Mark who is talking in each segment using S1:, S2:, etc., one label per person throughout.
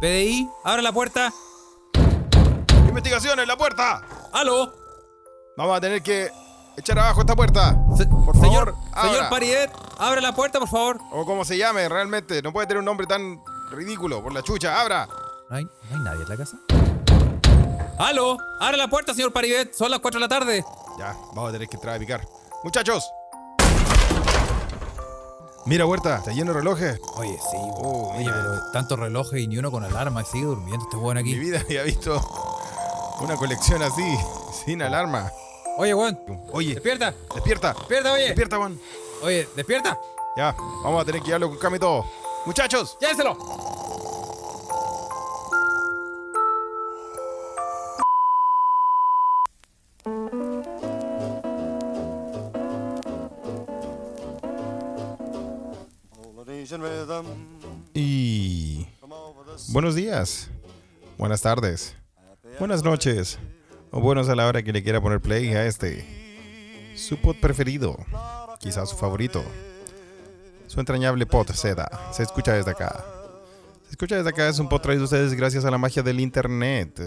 S1: PDI, abra la puerta.
S2: ¡Investigaciones, la puerta!
S1: ¡Aló!
S2: Vamos a tener que echar abajo esta puerta.
S1: Se-
S2: Por
S1: señor,
S2: favor, abra.
S1: señor Paridet, abra la puerta, por favor.
S2: O como se llame, realmente. No puede tener un nombre tan ridículo. Por la chucha, abra.
S3: ¿No hay, no hay nadie en la casa?
S1: ¡Aló! ¡Abra la puerta, señor Paridet! Son las 4 de la tarde.
S2: Ya, vamos a tener que entrar a picar. Muchachos. Mira, Huerta, está lleno de relojes.
S3: Oye, sí.
S2: Oh,
S3: oye,
S2: mira.
S3: pero tantos relojes y ni uno con alarma. y Sigue durmiendo este weón
S2: Mi
S3: aquí.
S2: vida había visto una colección así, sin alarma.
S1: Oye, weón.
S2: Oye,
S1: Despierta,
S2: despierta.
S1: despierta, oye.
S2: Despierta, Juan.
S1: Oye, despierta.
S2: Ya, vamos a tener que llevarlo con cama y todo. Muchachos,
S1: Llévenselo.
S2: y buenos días, buenas tardes, buenas noches, o buenos a la hora que le quiera poner play a este. Su pod preferido, quizás su favorito. Su entrañable pod seda, se escucha desde acá. Se escucha desde acá, es un pod traído a ustedes gracias a la magia del internet.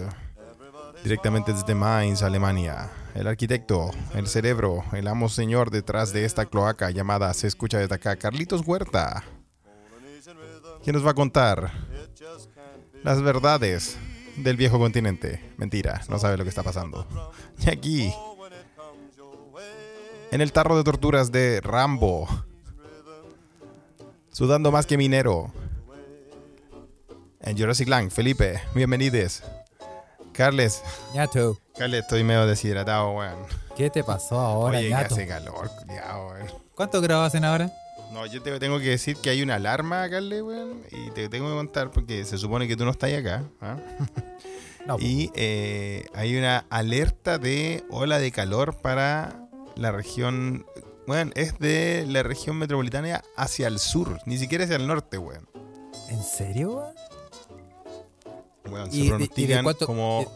S2: Directamente desde Mainz, Alemania. El arquitecto, el cerebro, el amo señor detrás de esta cloaca llamada Se escucha desde acá, Carlitos Huerta. ¿Quién nos va a contar las verdades del viejo continente. Mentira, no sabe lo que está pasando. Y aquí, en el tarro de torturas de Rambo, sudando más que minero. En Jurassic Land, Felipe, bienvenides. Carles,
S3: Ñato,
S2: Carles, estoy medio deshidratado, weón.
S3: ¿qué te pasó ahora,
S2: Oye, que
S3: Ñato?
S2: hace calor, culiao, weón.
S3: ¿Cuántos grados hacen ahora?
S2: No, yo te tengo que decir que hay una alarma, Carles, weón. Y te tengo que contar porque se supone que tú no estás acá. ¿ah?
S3: No, Ah, po.
S2: Y eh, hay una alerta de ola de calor para la región. Bueno, es de la región metropolitana hacia el sur, ni siquiera hacia el norte, weón.
S3: ¿En serio, weón?
S2: Weón,
S3: ¿Y- y-
S2: se
S3: y de
S2: pronostican
S3: cuánto-
S2: como,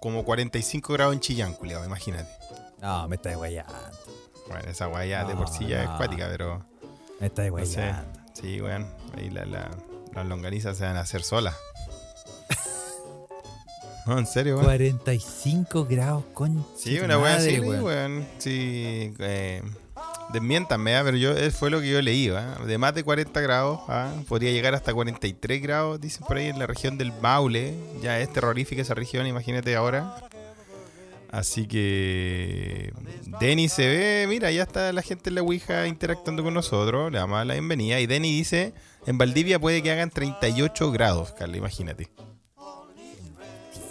S2: como 45 grados en Chillán, culiao, imagínate.
S3: No, me estáis guayando.
S2: Bueno, esa weá ya de por sí ya es
S3: No, no.
S2: acuática, pero.
S3: Me estáis
S2: No sé.
S3: guayando.
S2: Sí, weón. Ahí la- la- las longanizas se van a hacer solas. no, en serio, weón.
S3: 45 grados, con
S2: Sí, una weá así,
S3: güey.
S2: weón. Sí, eh, desmiéntame, ah, pero yo eh, fue lo que yo leí, ah, De más de 40 grados, ah, podría llegar hasta 43 grados, dicen por ahí, en la región del Maule. Ya es terrorífica esa región, imagínate ahora. Así que. Denny se ve, mira, ya está la gente en la Ouija interactuando con nosotros. Le damos la bienvenida. Y Denny dice: En Valdivia puede que hagan 38 grados, Carla, imagínate.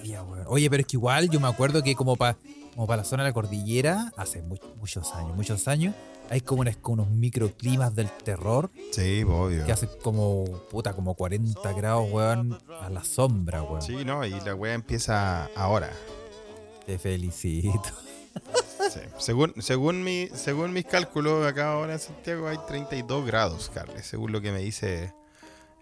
S3: Tibia, weón. Oye, pero es que igual yo me acuerdo que como para como pa la zona de la cordillera, hace mu- muchos años, muchos años, hay como unas- como unos microclimas del terror
S2: Sí, pues, obvio.
S3: que hace como, puta, como 40 grados, weón, a la sombra, weón.
S2: Sí, no, y la weá empieza ahora.
S3: Te felicito.
S2: Sí. Según, según, mi, según mis cálculos, acá ahora en Santiago hay 32 grados, Carles, según lo que me dice.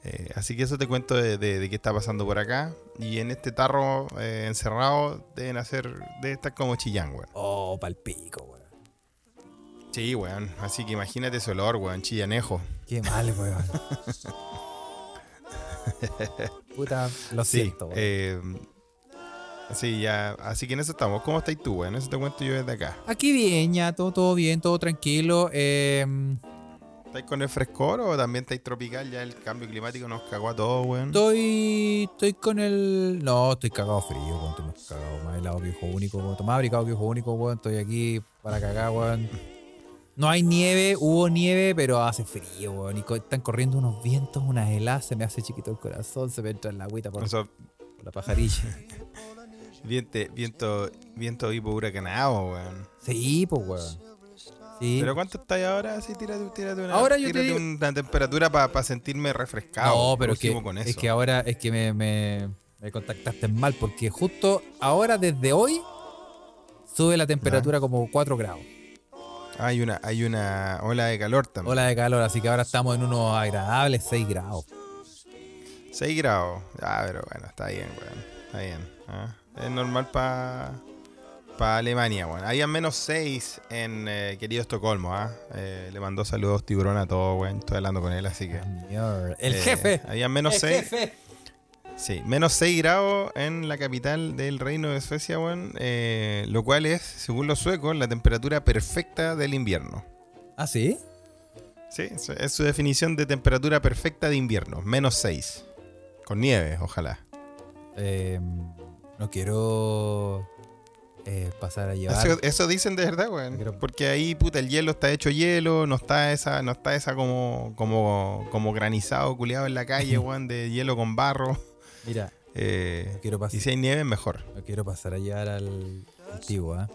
S2: Eh, así que eso te cuento de, de- de qué está pasando por acá. Y en este tarro eh, encerrado deben hacer, debe estar como Chillán, weón.
S3: Oh, palpico, weón.
S2: Sí, weón. Así que imagínate ese olor, weón, chillanejo.
S3: Qué mal, weón. Puta, lo
S2: Sí,
S3: siento, weón.
S2: eh, sí, ya. Así que en eso estamos. ¿Cómo estáis tú, weón? Eso te cuento yo desde acá.
S3: Aquí bien, ya, todo, todo bien, todo tranquilo. eh,
S2: ¿Estáis con el frescor o también estáis tropical? Ya el cambio climático nos cagó a todos, weón.
S3: estoy, estoy con el... No, estoy cagado frío, weón. Estoy más cagado, más helado que hijo único, weón. Estoy más abrigado que hijo único, weón. Estoy aquí para cagar, weón. No hay nieve, hubo nieve, pero hace frío, weón. Y co- están corriendo unos vientos, unas heladas. Se me hace chiquito el corazón, se me entra en la agüita por,
S2: Eso-
S3: por la pajarilla.
S2: Viente- viento, viento hipo huracanado, weón.
S3: Sí, pues, weón. Sí.
S2: ¿Pero cuánto estáis ahora? Sí, tírate, tírate una,
S3: Ahora yo te
S2: tírate
S3: digo-
S2: una temperatura para sentirme refrescado.
S3: No, pero es que,
S2: Último con
S3: es
S2: eso.
S3: que ahora es que me, me- me contactaste mal, porque justo ahora, desde hoy, sube la temperatura como 4 grados.
S2: Hay una, hay una ola de calor también.
S3: Ola de calor, así que ahora estamos en unos agradables 6 grados.
S2: 6 grados. Ah, pero bueno, está bien, weón. Está bien. ah. Es normal para pa Alemania, weón. Había menos 6 en eh, querido Estocolmo, ¿ah? Eh, le mandó saludos tiburón a todo, weón. Estoy hablando con él, así que.
S3: Señor, El
S2: eh,
S3: jefe.
S2: Había menos
S3: el
S2: 6.
S3: jefe.
S2: Sí, menos 6 grados en la capital del reino de Suecia, weón, eh, lo cual es, según los suecos, la temperatura perfecta del invierno.
S3: ¿Ah, sí?
S2: Sí, es es su definición de temperatura perfecta de invierno, menos 6. Con nieve, ojalá.
S3: Eh, no quiero eh, pasar a llevar.
S2: Eso, eso dicen de verdad, weón.
S3: Pero-
S2: Porque ahí, puta, el hielo está hecho hielo, no está esa, no está esa como, como, como granizado, culeado en la calle, weón, de hielo con barro.
S3: Mira,
S2: Eh,
S3: no quiero, pas-
S2: y si hay nieve, mejor.
S3: no quiero pasar a llevar al antiguo, ¿ah?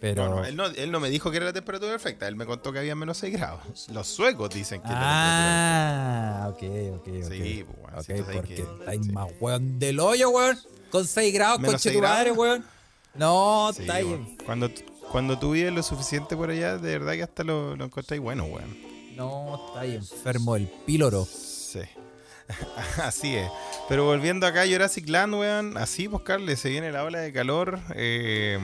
S3: Pero.
S2: No, no, él, no, él no me dijo que era la temperatura perfecta, él me contó que había menos 6 grados. Los suecos dicen que es la
S3: Ah, ok, ok, ok.
S2: Sí, pues, weón,
S3: Ok,
S2: si entonces hay
S3: porque
S2: que-
S3: estáis
S2: sí.
S3: más weón del hoyo, weón. Con 6 grados,
S2: Menos
S3: coche
S2: seis
S3: tu madre,
S2: grados.
S3: weón. No,
S2: temperatura. Sí,
S3: estáis.
S2: weón. Cuando, cuando tú vives lo suficiente por allá, de verdad que hasta lo, lo encontráis bueno, weón.
S3: No, estáis enfermo del píloro.
S2: Sí. Así es. Pero volviendo acá a Jurassic Land, weón. Así, pues, Carles, se viene la ola de calor. eh,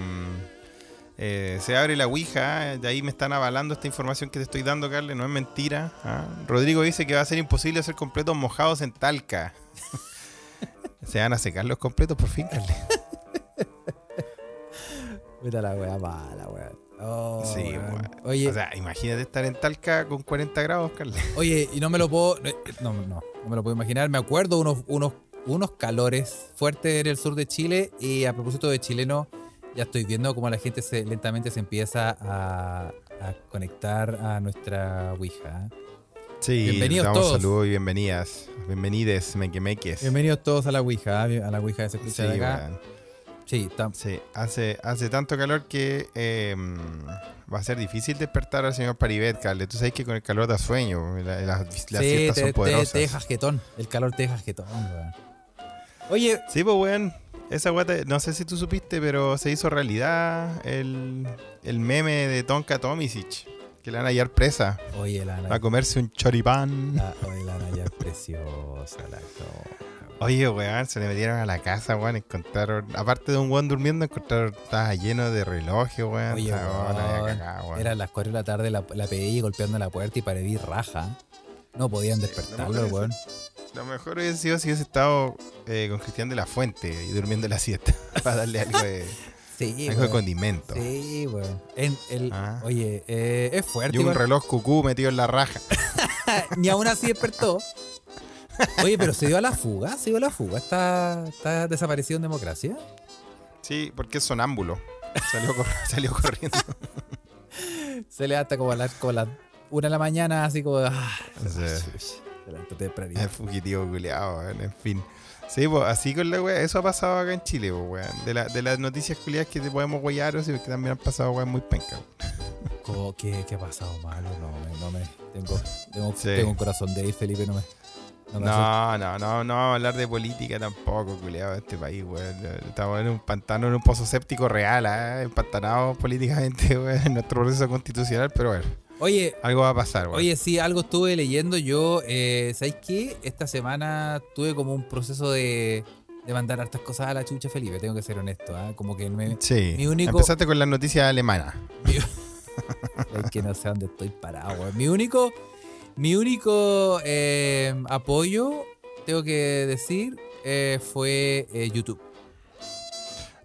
S2: eh, se abre la Ouija. eh, De ahí me están avalando esta información que te estoy dando, Carles. No es mentira. ¿ah? Rodrigo dice que va a ser imposible hacer completos mojados en Talca. se van a secar los completos por fin, Carles.
S3: Vete a la weá mala, weón. Oh,
S2: sí,
S3: weón.
S2: weón.
S3: Oye,
S2: O sea, imagínate estar en Talca con 40 grados, Carles.
S3: oye, y no me lo puedo. eh, No, no, no me lo puedo imaginar. Me acuerdo unos, unos, unos calores fuertes en el sur de Chile. Y a propósito de chileno, ya estoy viendo cómo la gente se, lentamente se empieza a, a conectar a nuestra Ouija.
S2: Sí,
S3: Bienvenidos
S2: damos
S3: todos.
S2: saludos y bienvenidas. Bienvenides, mequemeques.
S3: Bienvenidos todos a la Ouija, a la Ouija de se escucha
S2: Sí,
S3: de acá.
S2: weón.
S3: Sí, tam-
S2: Sí, hace, hace tanto calor que eh, va a ser difícil despertar al señor Paribet, Carles. Tú sabes que con el calor da sueño, la- las, las
S3: sí,
S2: siestas
S3: te,
S2: son
S3: te-
S2: poderosas.
S3: te deja jetón. El calor te deja jetón, weón. Oye,
S2: Sí, pues, weón. Esa guata, no sé si tú supiste, pero se hizo realidad el, el meme de Tonka Tomisic, que le van a hallar presa.
S3: oye, la
S2: Va a comerse un choripán.
S3: La, oye, la Naya es preciosa, la cosa.
S2: Oye, weón, se le metieron a la casa, weón. Encontraron, aparte de un weón durmiendo, encontraron, estaba lleno de relojes, weón.
S3: Oye,
S2: Estaba- la había
S3: weón,
S2: cagado, weón.
S3: Eran las 4 de la tarde, la, la PDI golpeando la puerta y paredí raja. No podían
S2: no
S3: despertarlo,
S2: me
S3: weón.
S2: Lo mejor hubiese sido si hubiese estado eh, con Cristian de la Fuente y durmiendo la siesta para darle algo de,
S3: Sí,
S2: algo de
S3: weón.
S2: condimento.
S3: Sí, weón. En el-
S2: Ah.
S3: Oye, eh, es
S2: Y
S3: fuerte.
S2: un
S3: igual.
S2: reloj cucú metido en la raja.
S3: Ni aún así despertó. Oye, pero se dio a la fuga, se dio a la fuga. Está, está desaparecido en democracia.
S2: Sí, porque es sonámbulo. Salió, cor- salió corriendo.
S3: Se le hasta como a las como a las una de la mañana, así como. Ah,
S2: O sea,
S3: se levantó tempranito.
S2: es fugitivo culiado, weón, en fin. Sí, pues así con la wea. Eso ha pasado acá en Chile, pues, weón. De, la- de las noticias culiadas que te podemos guayar, o sea, que también han pasado weón muy penca.
S3: Como, ¿qué, qué ha pasado malo? No me, no me. Tengo, tengo,
S2: Sí.
S3: tengo un corazón de ir, Felipe, no me. No, me asustes.
S2: No, no, no, no vamos a hablar de política tampoco, culiado, de este país, weón. Estamos en un pantano, en un pozo séptico real, ¿eh? empantanados políticamente, weón, en nuestro proceso constitucional, pero bueno,
S3: Oye,
S2: algo va a pasar, weón.
S3: oye, sí, algo estuve leyendo. Yo, eh, ¿sabéis qué? Esta semana tuve como un proceso de, de mandar hartas cosas a la chucha, Felipe, tengo que ser honesto. ¿ah? Como que me,
S2: Sí,
S3: mi único-
S2: empezaste con las noticias alemanas.
S3: Es que no sé dónde estoy parado, weón. Mi único, mi único eh, apoyo, tengo que decir, eh, fue eh, YouTube.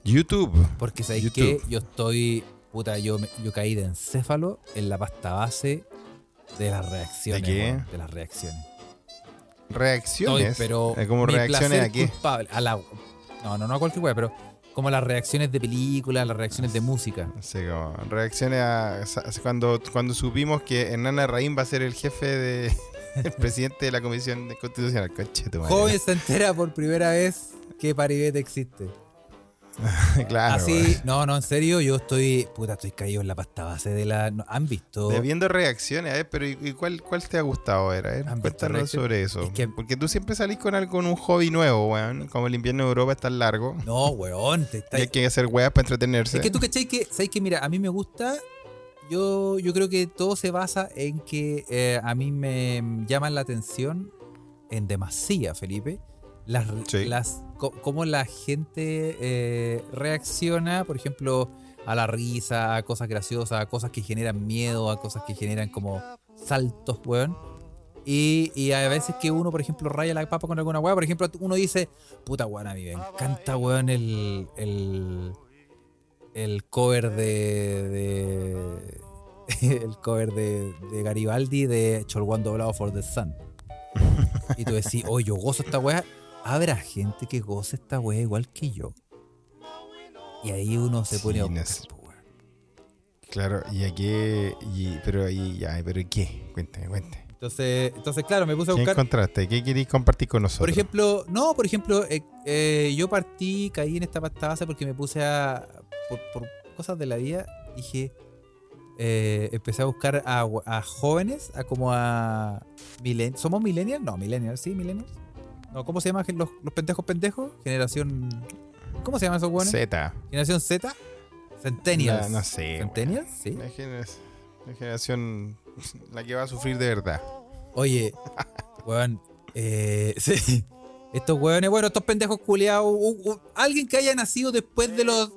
S2: YouTube.
S3: Porque sabéis que
S2: YouTube.
S3: yo estoy. Puta, yo, me- yo caí de encéfalo en la pasta base de las reacciones.
S2: ¿De qué?
S3: weón, de las reacciones. Estoy,
S2: Reacciones.
S3: pero.
S2: Eh, como
S3: mi
S2: reacciones
S3: placer
S2: aquí.
S3: culpable, a la- no, no, no a cualquier weá, pero como las reacciones de películas, las reacciones de música.
S2: Sí, como reacciones a sa- cuando, cuando supimos que Hernán Raín va a ser el jefe de el presidente de la Comisión de Constitucional. Coche, tu madre.
S3: Joven se entera por primera vez que Paribet existe.
S2: claro.
S3: Así,
S2: weón.
S3: no, no, en serio, yo estoy, puta, estoy caído en la pasta base de la... no, ¿Han visto?
S2: Debiendo reacciones, a ver, pero ¿y y cuál, cuál te ha gustado? A ver, a ver,
S3: ¿Han visto
S2: cuéntanos
S3: reacciones?
S2: sobre eso.
S3: Es que-
S2: Porque tú siempre salís con algo, con un hobby nuevo, weón. Como el invierno de Europa es tan largo.
S3: No, weón, te
S2: y hay
S3: estáis...
S2: que hacer weas para entretenerse.
S3: Es que tú cachai que, ¿sabes que Mira, a mí me gusta, yo, yo creo que todo se basa en que eh, a mí me llaman la atención en demasía, Felipe. Las,
S2: Sí.
S3: las, co- cómo la gente eh, reacciona, por ejemplo, a la risa, a cosas graciosas, a cosas que generan miedo, a cosas que generan como saltos, weón. Y, y a veces que uno, por ejemplo, raya la papa con alguna weá. Por ejemplo, uno dice, puta weón, a mí me encanta, weón, el, el, el cover de, de- el cover de, de Garibaldi de Cholguán doblado for the Sun. Y tú decís, oye, yo gozo esta weá. Habrá gente que goce esta weá igual que yo. Y ahí uno se
S2: Sí,
S3: pone a buscar,
S2: nes-
S3: po, weón.
S2: Claro, y aquí. Y, pero ahí, ya, pero ¿y qué? Cuéntame, cuéntame.
S3: Entonces, entonces, claro, me puse a
S2: ¿Qué
S3: buscar.
S2: encontraste? ¿Qué querés compartir con nosotros?
S3: Por ejemplo, no, por ejemplo, eh, eh, yo partí, caí en esta pasta base porque me puse a. Por, por cosas de la vida, dije. eh, empecé a buscar a, gua- a jóvenes, a como a. milen- ¿Somos millennials? No, millennials, sí, millennials. No, ¿cómo se llaman los, los pendejos pendejos? Generación. ¿Cómo se llaman esos jóvenes?
S2: Z.
S3: ¿Generación Z? Centennials.
S2: No, no sé,
S3: ¿Centennials? Sí.
S2: La, gener- la generación. La que va a sufrir de verdad.
S3: Oye, weón, eh, sí. Estos weones, bueno, estos pendejos culiados. u- u- alguien que haya nacido después de los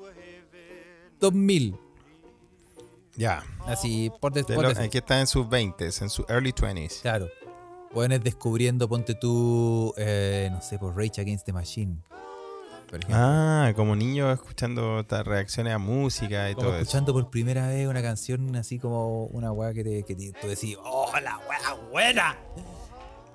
S3: 2000.
S2: Ya.
S3: Así, por, des-
S2: De
S3: por
S2: lo-
S3: decir,
S2: aquí está en sus 20s, en sus early 20s.
S3: Claro. Weones descubriendo, ponte tú, eh, no sé, por Rage Against the Machine. Por ejemplo.
S2: Ah, como niño escuchando estas reacciones a música y
S3: como
S2: todo eso.
S3: escuchando por primera vez una canción así como una weá que, te, que te- tú decís, ¡oh, la weá buena!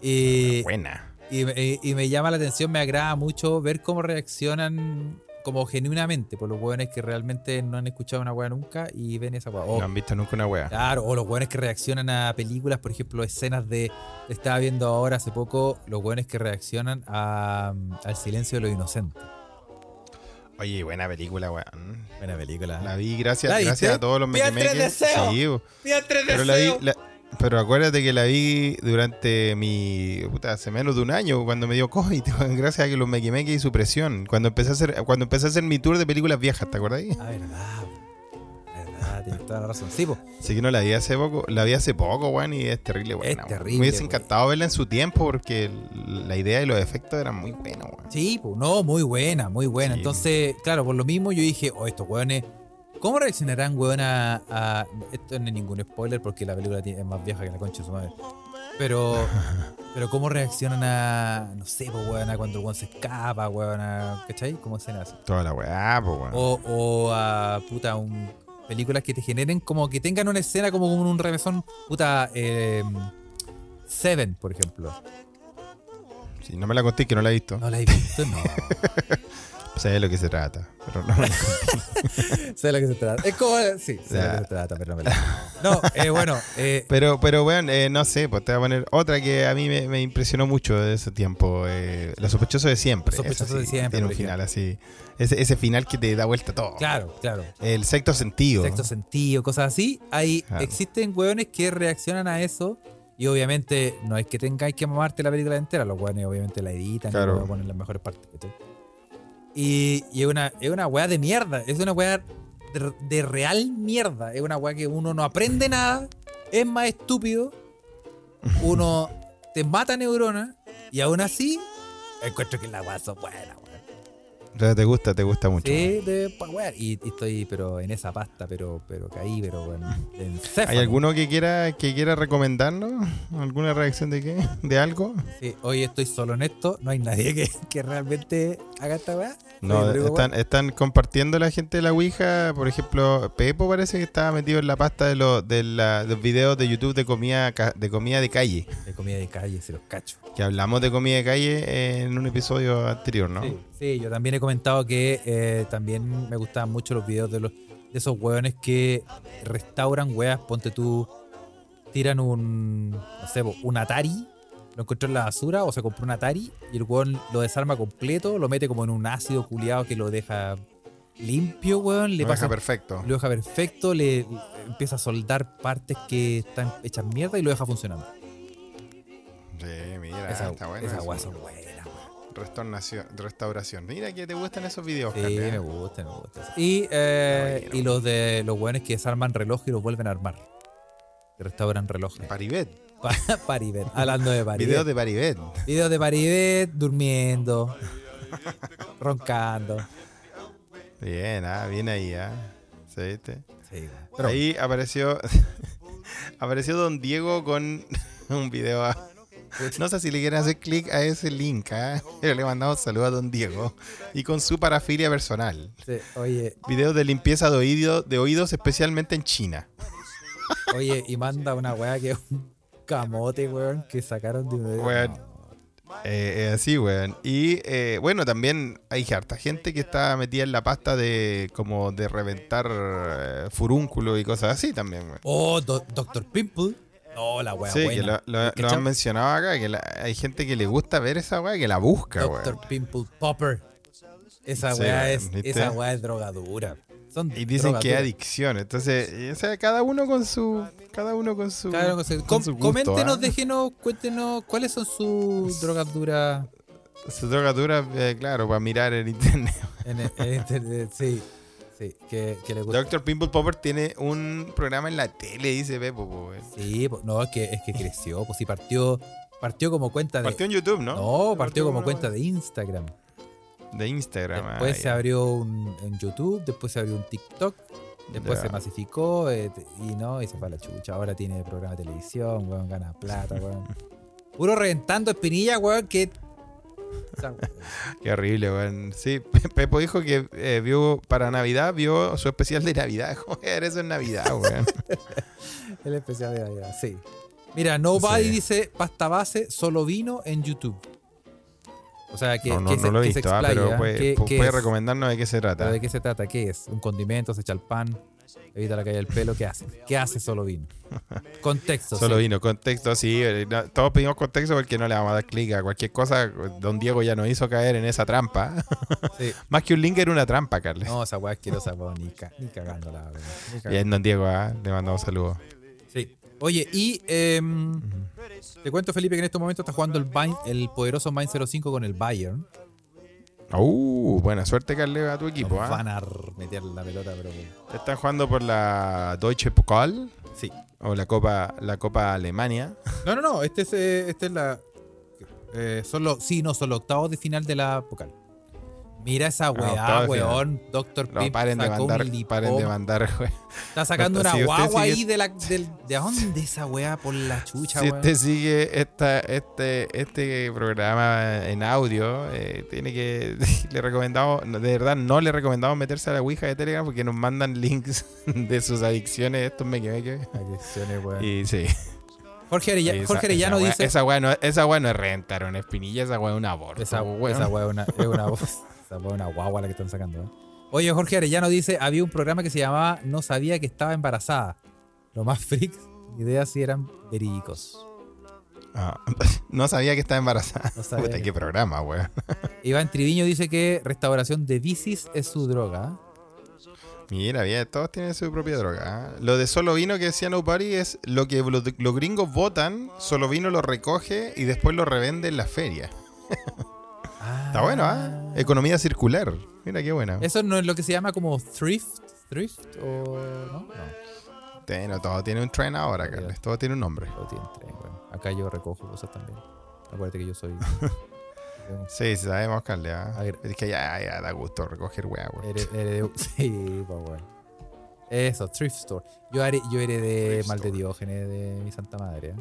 S3: Eh, Y,
S2: Buena.
S3: Y, y- y me llama la atención, me agrada mucho ver cómo reaccionan como genuinamente por los hueones que realmente no han escuchado una hueá nunca y ven esa hueá. O,
S2: No han visto nunca una wea.
S3: claro, o los hueones que reaccionan a películas, por ejemplo, escenas de... Estaba viendo ahora hace poco los hueones que reaccionan a, mm, al silencio de los inocentes.
S2: Oye, buena película, weón.
S3: Buena película.
S2: La vi, gracias,
S3: ¿La viste?
S2: gracias a todos los
S3: Pidan tres
S2: mequemeques.
S3: deseos.
S2: Sí, bo. pero la vi, la- pero acuérdate que la vi durante mi puta, hace menos de un año cuando me dio COVID, weón, gracias a que los mequemeques y su presión. Cuando empecé a hacer, cuando empecé a hacer mi tour de películas viejas, ¿te acuerdas?
S3: Ah, verdad. La verdad, tienes toda la razón. Sí, po.
S2: Así que no la vi hace poco, la vi hace poco, weón, y es terrible, weón.
S3: Es terrible,
S2: Me hubiese
S3: weón.
S2: encantado verla en su tiempo porque la idea y los efectos eran muy buenos, weón.
S3: Sí, pues, no, muy buena, muy buena.
S2: Sí.
S3: Entonces, claro, por lo mismo yo dije, oh, estos hueones, ¿cómo reaccionarán, hueón, a, a- Esto no es ningún spoiler porque la película tiene- es más vieja que la concha de su madre. Pero, pero ¿cómo reaccionan a, no sé, pues, hueón, a cuando el hueón se escapa, hueón, a- ¿cachai? ¿Cómo se hace?
S2: Toda la weá, pues, weón.
S3: O, o a, puta, un, películas que te generen como que tengan una escena como un, un remesón, puta, eh, Seven, por ejemplo.
S2: Si no me la conté que no la he visto.
S3: ¿No la he visto? No.
S2: Sé de lo que se trata. Pero no me la
S3: Sé de lo que se trata. Es como. Sí, sé de lo que se trata, pero no me la. No, eh, bueno. Eh,
S2: Pero, pero bueno, eh, no sé, pues te voy a poner otra que a mí me, me impresionó mucho de ese tiempo. Eh, Los sospechosos de siempre.
S3: Los sospechosos
S2: Esa sí,
S3: de siempre,
S2: Tiene un
S3: por
S2: final así. Ese, ese final que te da vuelta todo.
S3: claro, claro.
S2: El sexto sentido.
S3: Sexto sentido, cosas así. Hay,
S2: Claro.
S3: Existen hueones que reaccionan a eso. Y obviamente, no es que tengáis que mamarte la película entera. Los hueones, obviamente, la editan y
S2: Claro.
S3: luego ponen las mejores partes. ¿cachai? Y, y es una, es una hueá de mierda. Es una hueá de, de real mierda. Es una hueá que uno no aprende nada. Es más estúpido. Uno te mata neuronas. Y aún así, encuentro que la hueá son buenas, hueón.
S2: Entonces, te gusta, te gusta mucho.
S3: Sí, de pa' wear. Y, y estoy, pero en esa pasta, pero, pero caí, pero bueno, en
S2: ¿Hay
S3: céfalo.
S2: alguno que quiera, que quiera recomendarnos? ¿Alguna reacción de qué? ¿De algo?
S3: Sí, hoy estoy solo en esto, no hay nadie que, que realmente haga esta weá. Soy
S2: No,
S3: el único
S2: están, están compartiendo la gente de la Ouija. Por ejemplo, Pepo parece que estaba metido en la pasta de, los de la- los videos de YouTube de comida, ca- de comida de calle.
S3: weón De comida de calle, se los cacho.
S2: Que hablamos de comida de calle en un episodio anterior, ¿no?
S3: Sí, sí, yo también he comentado que eh, también me gustaban mucho los videos de los de esos weones que restauran weas, ponte tú, tiran un, no sé, po, un Atari, lo encontró en la basura o se compró un Atari y el weón lo desarma completo, lo mete como en un ácido culiado que lo deja limpio, weón, le
S2: Lo
S3: pasa
S2: deja perfecto.
S3: lo deja perfecto, le empieza a soldar partes que están hechas mierda y lo deja funcionando.
S2: Sí, mira,
S3: Esa,
S2: Ah, está bueno.
S3: esas
S2: eso.
S3: weas son buenas, weón.
S2: Restauración, restauración. Mira que te gustan esos videos,
S3: Sí,
S2: Carla, ¿eh?
S3: me gusta, me gusta. eso. Y, eh,
S2: Caballero.
S3: y los de los hueones que desarman reloj y los vuelven a armar. Que restauran relojes.
S2: Paribet.
S3: Pa- Paribet, hablando de Paribet.
S2: Videos de Paribet.
S3: Videos de Paribet durmiendo, roncando.
S2: Bien, ah, bien ahí, ah. ¿Sí, viste?
S3: Sí, güey.
S2: ahí apareció apareció Don Diego con un video a- No sé si le quieren hacer clic a ese link, ¿ah? pero le mandamos saludos a don Diego y con su parafilia personal.
S3: Sí, Oye,
S2: Videos de limpieza de, oído- de oídos, especialmente en China.
S3: oye, y manda una weá que es un camote, weón, que sacaron de un
S2: Weón. Eh, eh, así, weón. Y eh, bueno, también hay harta gente que está metida en la pasta de como de reventar eh, furúnculo y cosas así también, weón.
S3: Oh, Do- Doctor Pimple. No, la weá
S2: Sí,
S3: buena.
S2: que lo, lo- lo
S3: ¿Cachai?
S2: han mencionado acá, que la- hay gente que le gusta ver esa weá, que la busca,
S3: Doctor
S2: weón.
S3: Pimple Popper. Esa
S2: Sí,
S3: weá
S2: weón,
S3: es,
S2: ¿viste?
S3: esa weá es drogadura. Son
S2: Y dicen que
S3: drogaduras.
S2: adicción. Entonces, o sea, cada uno con su. Cada uno con su.
S3: Claro, no sé.
S2: con
S3: Com-
S2: su gusto,
S3: coméntenos,
S2: ¿ah?
S3: déjenos, cuéntenos cuáles son sus drogaduras
S2: Su drogatura, eh, claro, para mirar en internet.
S3: en, el- en internet. Sí, sí, que, que les gusta.
S2: Doctor Pimple Popper tiene un programa en la tele, dice Pepo, po, weón.
S3: Sí, po- no, es que, es que creció, pues sí, partió, partió como cuenta de.
S2: Partió en YouTube, ¿no?
S3: no, partió como cuenta de Instagram.
S2: De Instagram. ah,
S3: Después se
S2: ya.
S3: abrió un, en YouTube, después se abrió un TikTok, después
S2: Ya.
S3: se masificó eh, t- y no, y se fue a la chucha. Ahora tiene programa de televisión, weón, gana plata, weón. Puro reventando espinilla, weón, que. o sea,
S2: Qué horrible, weón. Sí, Pe- Pepo dijo que eh, vio para Navidad, vio su especial de Navidad. Joder, eso es Navidad, weón.
S3: el especial de Navidad, sí. Mira, Nobody
S2: Sí.
S3: dice pasta base, solo vino en YouTube. O sea, que,
S2: no, no,
S3: que
S2: no
S3: se,
S2: lo he
S3: que se
S2: visto, ah,
S3: explaya,
S2: pero puede,
S3: que-
S2: pu-
S3: que
S2: puede
S3: es-
S2: recomendarnos de qué se
S3: pero
S2: trata.
S3: ¿De qué se trata? ¿Qué es? ¿Un condimento? ¿Se echa el pan? ¿Evita la caída del pelo? ¿Qué hace? ¿Qué hace solo vino? Contexto.
S2: Solo
S3: sí.
S2: vino, contexto, sí. eh, no, todos pedimos contexto porque no le vamos a dar clic a cualquier cosa. Don Diego ya nos hizo caer en esa trampa.
S3: Sí.
S2: Más que un link era una trampa, Carles.
S3: No, esa weá asquerosa, weón, ni, ca- ni cagándola, weón. Ni cagándola.
S2: Bien, don Diego, ah, le mandamos saludos.
S3: Sí. Oye, y em, te cuento, Felipe, que en estos momentos está jugando el, Vine- el poderoso Mind 05 con el Bayern.
S2: Uh, buena suerte, Carles, a tu
S3: Nos
S2: equipo. ah.
S3: Van a r- meter la pelota, pero.
S2: Te Están jugando por la Deutsche Pokal
S3: Sí.
S2: o la Copa, la Copa Alemania.
S3: No, no, no. Este es, eh, este es la. eh, son los, sí, no, son los octavos de final de la vocal. Mira esa
S2: octavos
S3: weá,
S2: de final.
S3: weón. Doctor
S2: No,
S3: Pimp
S2: paren de
S3: sacó un
S2: mandar, paren de
S3: lipoma.
S2: mandar, güey.
S3: Está sacando
S2: Si
S3: una
S2: usted
S3: guagua
S2: sigue-
S3: ahí de la. del- ¿De dónde esa weá? Por la chucha,
S2: Si
S3: weón.
S2: usted sigue esta, este, este programa en audio, eh, tiene que. Le recomendamos, no, de verdad, no le recomendamos meterse a la Ouija de Telegram porque nos mandan links de sus adicciones, estos me
S3: Agresiones, weón.
S2: Y sí.
S3: Jorge, Arella-
S2: esa-
S3: Jorge Arellano
S2: esa weá-
S3: dice.
S2: Esa weá no, esa weá no es rentar una espinilla, esa weá es un aborto.
S3: Esa,
S2: weón.
S3: esa weá es una, es una, esa weá es una guagua la que están sacando. ¿eh? Oye, Jorge Arellano dice, había un programa que se llamaba No sabía que estaba embarazada. Lo más freaks, ideas si eran verídicos.
S2: Ah, no sabía que estaba embarazada.
S3: No sabía
S2: Puta,
S3: que-
S2: qué programa, weón.
S3: Iván Triviño dice que restauración de bicis es su droga. ¿eh?
S2: Mira, bien, todos tienen su propia droga. ¿ah? Lo de solo vino que decía Nobody es lo que los, los gringos votan, solo vino lo recoge y después lo revende en la feria. Está bueno, ¿ah? Economía circular. Mira qué buena.
S3: Eso no es lo que se llama como thrift, thrift o no, no.
S2: Bueno, todo tiene un tren ahora, Carles. Todo tiene un nombre.
S3: lo tienen tres, bueno. Acá yo recojo cosas también. Acuérdate que yo soy
S2: Sí, sí, sabemos, Carles. ¿ah?
S3: A ver.
S2: Es que ya, ya da gusto recoger weá, weón.
S3: Here- heredé- sí, pues bueno. Eso, thrift store. Yo, haré, yo heredé
S2: Thrift
S3: mal
S2: store.
S3: de Diógenes de mi santa madre. ¿eh?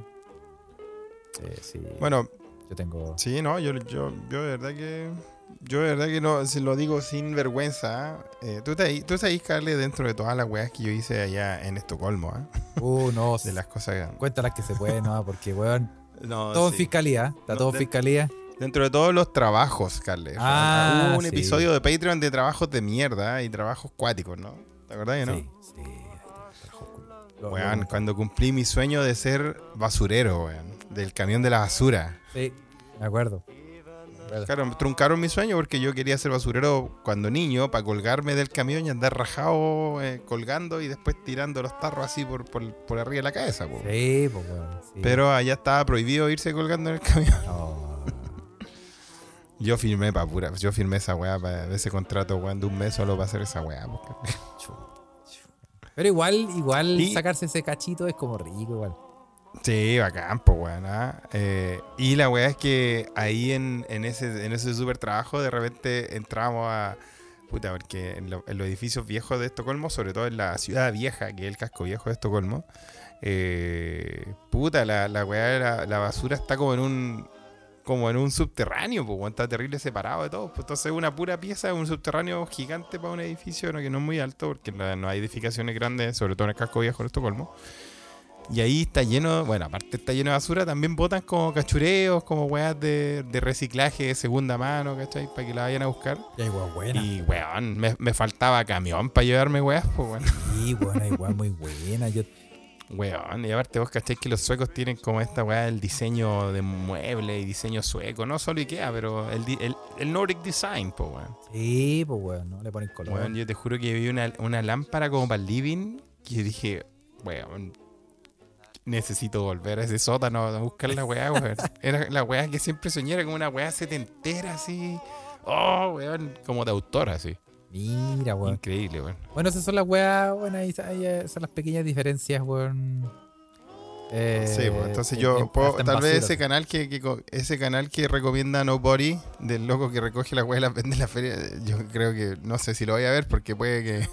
S3: Eh, sí,
S2: Bueno,
S3: yo tengo.
S2: sí, no, yo, yo, yo de verdad que. Yo de verdad que no, si lo digo sin vergüenza. ¿ah? Eh, tú, te, tú sabes, Carles, dentro de todas las weas que yo hice allá en Estocolmo, ¿ah?
S3: Uh, no.
S2: de las cosas grandes.
S3: Cuéntalas que se puede, ¿no? Porque, weón,
S2: No,
S3: todo en
S2: sí.
S3: fiscalía. Está
S2: No,
S3: todo en
S2: de-
S3: fiscalía.
S2: Dentro de todos los trabajos, Carles.
S3: Ah,
S2: Hubo un
S3: sí.
S2: episodio de Patreon de trabajos de mierda y trabajos cuáticos, ¿no? ¿Te acordás, no?
S3: Sí, sí. ahí está, trajo culo. Lo-
S2: Weón,
S3: lo-
S2: cuando cumplí mi sueño de ser basurero, weón. Del camión de la basura.
S3: Sí, me acuerdo.
S2: Claro, truncaron mi sueño porque yo quería ser basurero cuando niño para colgarme del camión y andar rajado, eh, colgando y después tirando los tarros así por, por, por arriba de la cabeza, po.
S3: Sí, pues, weón. sí.
S2: Pero allá estaba prohibido irse colgando en el camión.
S3: No.
S2: Yo firmé pa' pura, yo firmé esa weá, pa- ese contrato, weón, de un mes solo para hacer esa weá, po.
S3: Chu, chu. Pero igual, igual
S2: Y-
S3: sacarse ese cachito es como rico, igual.
S2: Sí, bacán, pues, weón. ah. Eh, y la weá es que ahí en, en ese, en ese super trabajo, de repente entramos a, Puta, porque en, lo- en los edificios viejos de Estocolmo, sobre todo en la ciudad vieja, que es el casco viejo de Estocolmo, eh, puta, la, la weá, de la, la basura está como en un como en un subterráneo, pues, weón, está terrible separado de todo. Pues, entonces una pura pieza, un subterráneo gigante para un edificio ¿no? que no es muy alto, porque la- no hay edificaciones grandes, sobre todo en el casco viejo de Estocolmo. Y ahí está lleno, bueno, aparte está lleno de basura, también botan como cachureos, como weas de, de reciclaje de segunda mano, ¿cachai? Para que la vayan a buscar.
S3: Y hay weas buenas.
S2: Y, weón, me, me faltaba camión para llevarme weas, pues, weón.
S3: Sí, weón, hay weas muy buenas. Yo,
S2: Weón, y aparte vos cacháis que los suecos tienen como esta weá del diseño de mueble y diseño sueco, no solo Ikea, pero el, di- el, el Nordic Design, pues, weón.
S3: sí, pues weón, no le ponen color.
S2: Weón, yo te juro que vi una, una lámpara como para el living que yo dije, weón, necesito volver a ese sótano a buscar la weá, weón. Era la weá que siempre soñé, era como una weá setentera así. Oh, weón, como de autor así.
S3: Mira, weón.
S2: Increíble, weón.
S3: Bueno, esas son las weas, bueno, ahí, ahí, eh, son las pequeñas diferencias, weón. Eh,
S2: Sí, pues, entonces
S3: en-
S2: yo
S3: en-
S2: puedo-
S3: hasta en
S2: tal vez
S3: basura.
S2: ese canal que, que co- ese canal que recomienda Nobody del loco que recoge la weá y las vende en la feria, yo creo que no sé si lo voy a ver porque puede que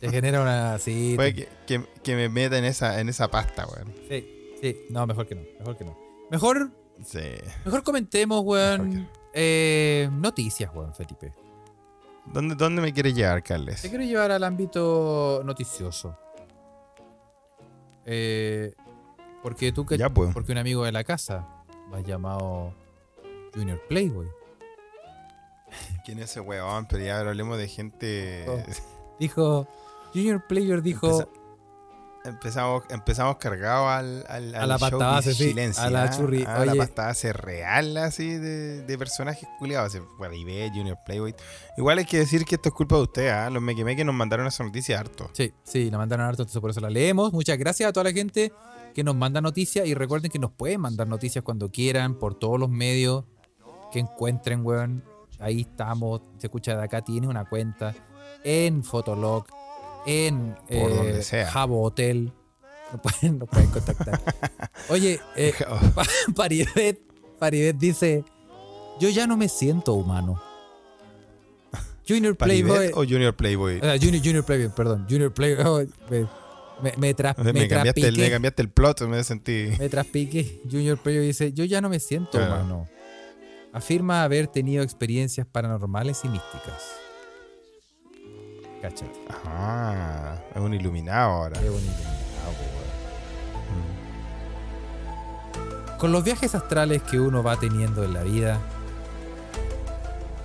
S3: Te genera una. Sí,
S2: puede
S3: te-
S2: que, que- que me meta en esa en esa pasta, weón.
S3: sí, sí. No, mejor que no. Mejor que no. Mejor,
S2: Sí.
S3: mejor comentemos,
S2: Mejor
S3: weón. eh, noticias, weón, Felipe.
S2: ¿Dónde, dónde me quieres llevar, Carles?
S3: Te quiero llevar al ámbito noticioso. Eh, porque tú que.
S2: Ya pues.
S3: Porque un amigo de la casa, más llamado Junior Playboy,
S2: ¿Quién es ese weón? Pero ya hablemos de gente. eh,
S3: Oh. dijo. Junior Player dijo.
S2: Empeza- Empezamos, empezamos cargados al, al,
S3: A
S2: al
S3: la pasta
S2: showbiz
S3: base, sí,
S2: chilense,
S3: a la
S2: ¿ah?
S3: churri,
S2: A la
S3: oye.
S2: pasta base real, así, de, de personajes culiados. así, Guaribé, Junior Playboy. Igual hay que decir que esto es culpa de ustedes, ¿ah? Los mequimeques nos mandaron esa noticia harto.
S3: Sí, sí, la mandaron harto, entonces por eso la leemos. Muchas gracias a toda la gente que nos manda noticias y recuerden que nos pueden mandar noticias cuando quieran por todos los medios que encuentren, weón. Ahí estamos, se escucha de acá, tienes una cuenta en Fotolog, en eh,
S2: Por donde sea.
S3: Jabo Hotel. Nos pueden, nos pueden contactar. Oye, eh,
S2: Oh,
S3: Pa- Paribet, Paribet dice, yo ya no me siento humano. Junior Playboy. Eh,
S2: ¿Paribet o Junior Playboy?
S3: O sea, junior, junior Playboy, perdón. Junior Playboy. oh, me, me, me tras-
S2: Me,
S3: me
S2: cambiaste el, me
S3: traspiqué.
S2: cambiaste el plot, me sentí.
S3: Me traspiqué. Junior Playboy dice, yo ya no me siento
S2: Claro.
S3: humano. Afirma haber tenido experiencias paranormales y místicas. Cáchate.
S2: Ah, es un iluminado ahora.
S3: Qué bonito. Ah,
S2: Mm.
S3: Con los viajes astrales que uno va teniendo en la vida,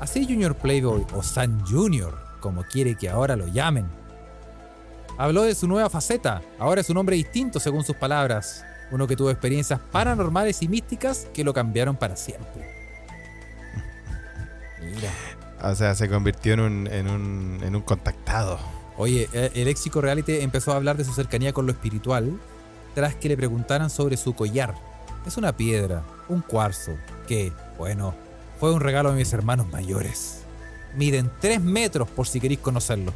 S3: así Junior Playboy o San Junior, como quiere que ahora lo llamen, habló de su nueva faceta. Ahora es un hombre distinto, según sus palabras. Uno que tuvo experiencias paranormales y místicas que lo cambiaron para siempre. Mira.
S2: O sea, se convirtió en un, en un, en un contactado.
S3: Oye, eh, el éxico reality empezó a hablar de su cercanía con lo espiritual tras que le preguntaran sobre su collar. Es una piedra, un cuarzo, que, bueno, fue un regalo de mis hermanos mayores. Miden 3 metros por si queréis conocerlo.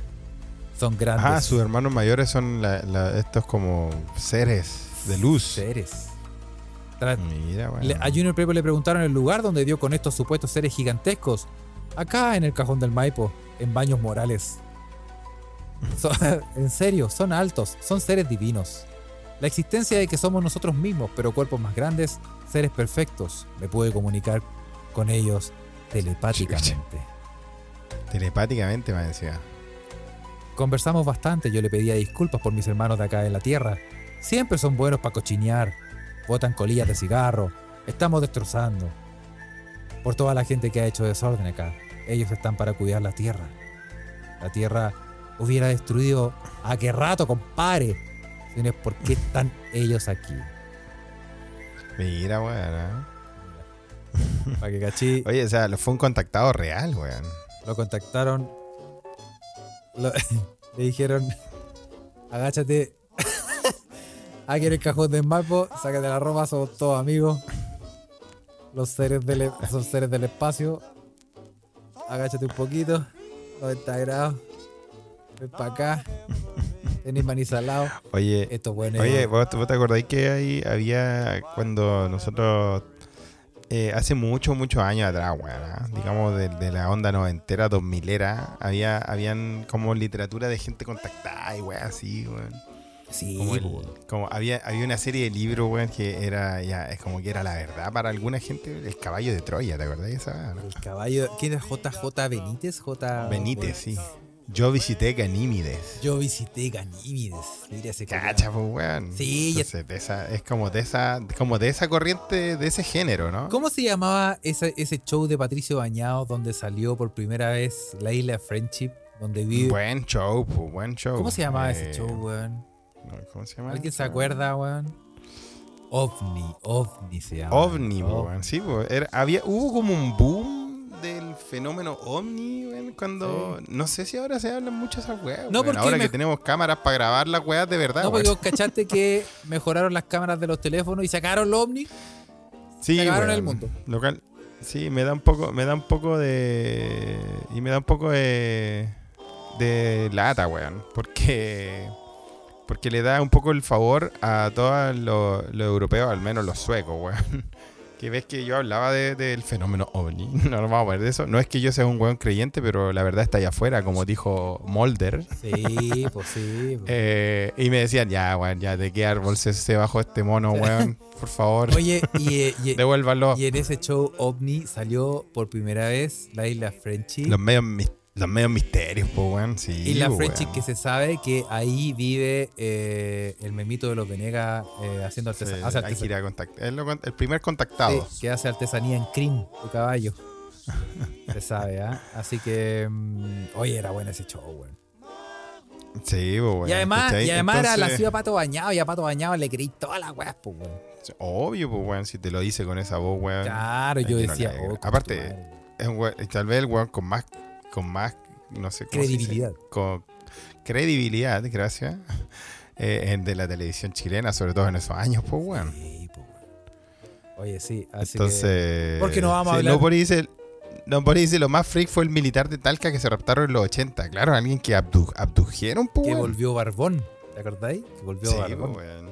S3: Son grandes.
S2: Ah, sus hermanos mayores son la- la- estos como seres de luz.
S3: Seres. Tra-
S2: Mira, bueno.
S3: le- a Junior Pepe le preguntaron el lugar donde dio con estos supuestos seres gigantescos. Acá en el cajón del Maipo, en Baños Morales. So- en serio, son altos, son seres divinos. La existencia de que somos nosotros mismos, pero cuerpos más grandes, seres perfectos. Me pude comunicar con ellos telepáticamente.
S2: Telepáticamente me decía.
S3: Conversamos bastante, yo le pedía disculpas por mis hermanos de acá de la Tierra. Siempre son buenos para cochinear, botan colillas de cigarro, estamos destrozando. Por toda la gente que ha hecho desorden acá, ellos están para cuidar la Tierra. La Tierra hubiera destruido a qué rato, compadre. Si no es por qué están ellos aquí.
S2: Mira, weón. ¿eh?
S3: Para que cachí,
S2: Oye, o sea, lo- fue un contactado real, weón.
S3: lo contactaron, lo- le dijeron, agáchate, aquí en el cajón del mapo, sácate la ropa, somos todos amigos, los seres del, e, son seres del espacio, agáchate un poquito, 90 grados, ven para acá, tenés maní salado,
S2: Oye,
S3: estos buenos...
S2: oye, ¿vos, vos te acordáis que ahí había cuando nosotros eh, hace mucho, muchos años atrás, weón, ¿ah? digamos de, de la onda noventera, dos milera, había, habían como literatura de gente contactada y weón, así, weón.
S3: Sí,
S2: Como, el-
S3: po.
S2: como había, había una serie de libros, weón, que era ya, es como que era la verdad para alguna gente, el caballo de Troya, ¿te acordás de esa? weá, no?
S3: el caballo. ¿Quién es JJ Benítez? J.
S2: Benítez, sí. Yo visité Ganímides.
S3: Yo visité Ganímides. Mira ese
S2: Cacha, pues, weón.
S3: Sí, ya-
S2: Entonces, de esa, es como de esa, como de esa corriente, de ese género, ¿no?
S3: ¿Cómo se llamaba ese, ese show de Patricio Bañados donde salió por primera vez la isla Friendship? Donde vive.
S2: Buen show, pues, buen show.
S3: ¿Cómo se llamaba
S2: Eh,
S3: ese show, weón?
S2: no, ¿Cómo se llama?
S3: ¿Alguien se acuerda, weón? OVNI, OVNI se llama.
S2: OVNI, po,
S3: Oh,
S2: weón. Sí, po. Era- había, hubo como un boom del fenómeno OVNI, weón, cuando... No sé si ahora se hablan mucho esas weas,
S3: No,
S2: weón.
S3: porque
S2: Ahora
S3: me-
S2: que tenemos cámaras para grabar las weas de verdad,
S3: No, pues
S2: weón.
S3: porque vos cachaste que mejoraron las cámaras de los teléfonos y sacaron el OVNI.
S2: Sí,
S3: Se acabaron
S2: weón.
S3: el mundo.
S2: Local. Sí, me da un poco, me da un poco de. Y me da un poco de. de lata, weón. Porque. Porque le da un poco el favor a todos los los europeos, al menos los suecos, weón. Que ves que yo hablaba de- del fenómeno ovni. No nos vamos a poner de eso. No es que yo sea un weón creyente, pero la verdad está allá afuera, como dijo Mulder.
S3: Sí, pues sí. pues.
S2: Eh, y me decían, ya, weón, ya, ¿de qué árbol se, se bajó este mono, weón? Por favor,
S3: Oye, y, eh, y-
S2: devuélvanlo.
S3: y en ese show OVNI salió por primera vez la isla Friendship.
S2: Los medios, mis- los medios misterios, po, weón. Sí,
S3: Y la
S2: po,
S3: Frenchy
S2: weón.
S3: que se sabe que ahí vive eh, el memito de los Venegas eh, haciendo
S2: Sí,
S3: artesa- hace
S2: hay que ir
S3: artesanía.
S2: a contact- es lo con- el primer contactado.
S3: que hace artesanía en crin de caballo. se sabe, ¿ah? Así que. mm, oye, era bueno ese show, weón.
S2: Sí, po, weón.
S3: y además,
S2: ¿cachai?
S3: y además era la
S2: Entonces,
S3: ciudad Pato Bañado y a Pato Bañado le creí todas las weas, pues, weón.
S2: Obvio, po, weón, si te lo hice con esa voz, weón.
S3: Claro, yo
S2: es que no
S3: decía.
S2: la hay.
S3: oh, concha
S2: Aparte,
S3: tu madre.
S2: Es un weón- tal vez el weón con más, con más, no sé cómo se dice.
S3: Credibilidad.
S2: Con credibilidad, gracias. eh, en- de la televisión chilena, sobre todo en esos años, pues, weón.
S3: Sí, pues, weón. Oye, sí, así que-
S2: Entonces.
S3: ¿Por qué no vamos a hablar?
S2: Nobody dice, Nobody dice, lo más freak fue el militar de Talca que se raptaron en los 80. Claro, alguien que abdu- abdujeron,
S3: que
S2: pues.
S3: volvió Barbón. ¿Te acordáis? Que volvió
S2: Sí,
S3: Barbón.
S2: pues, weón.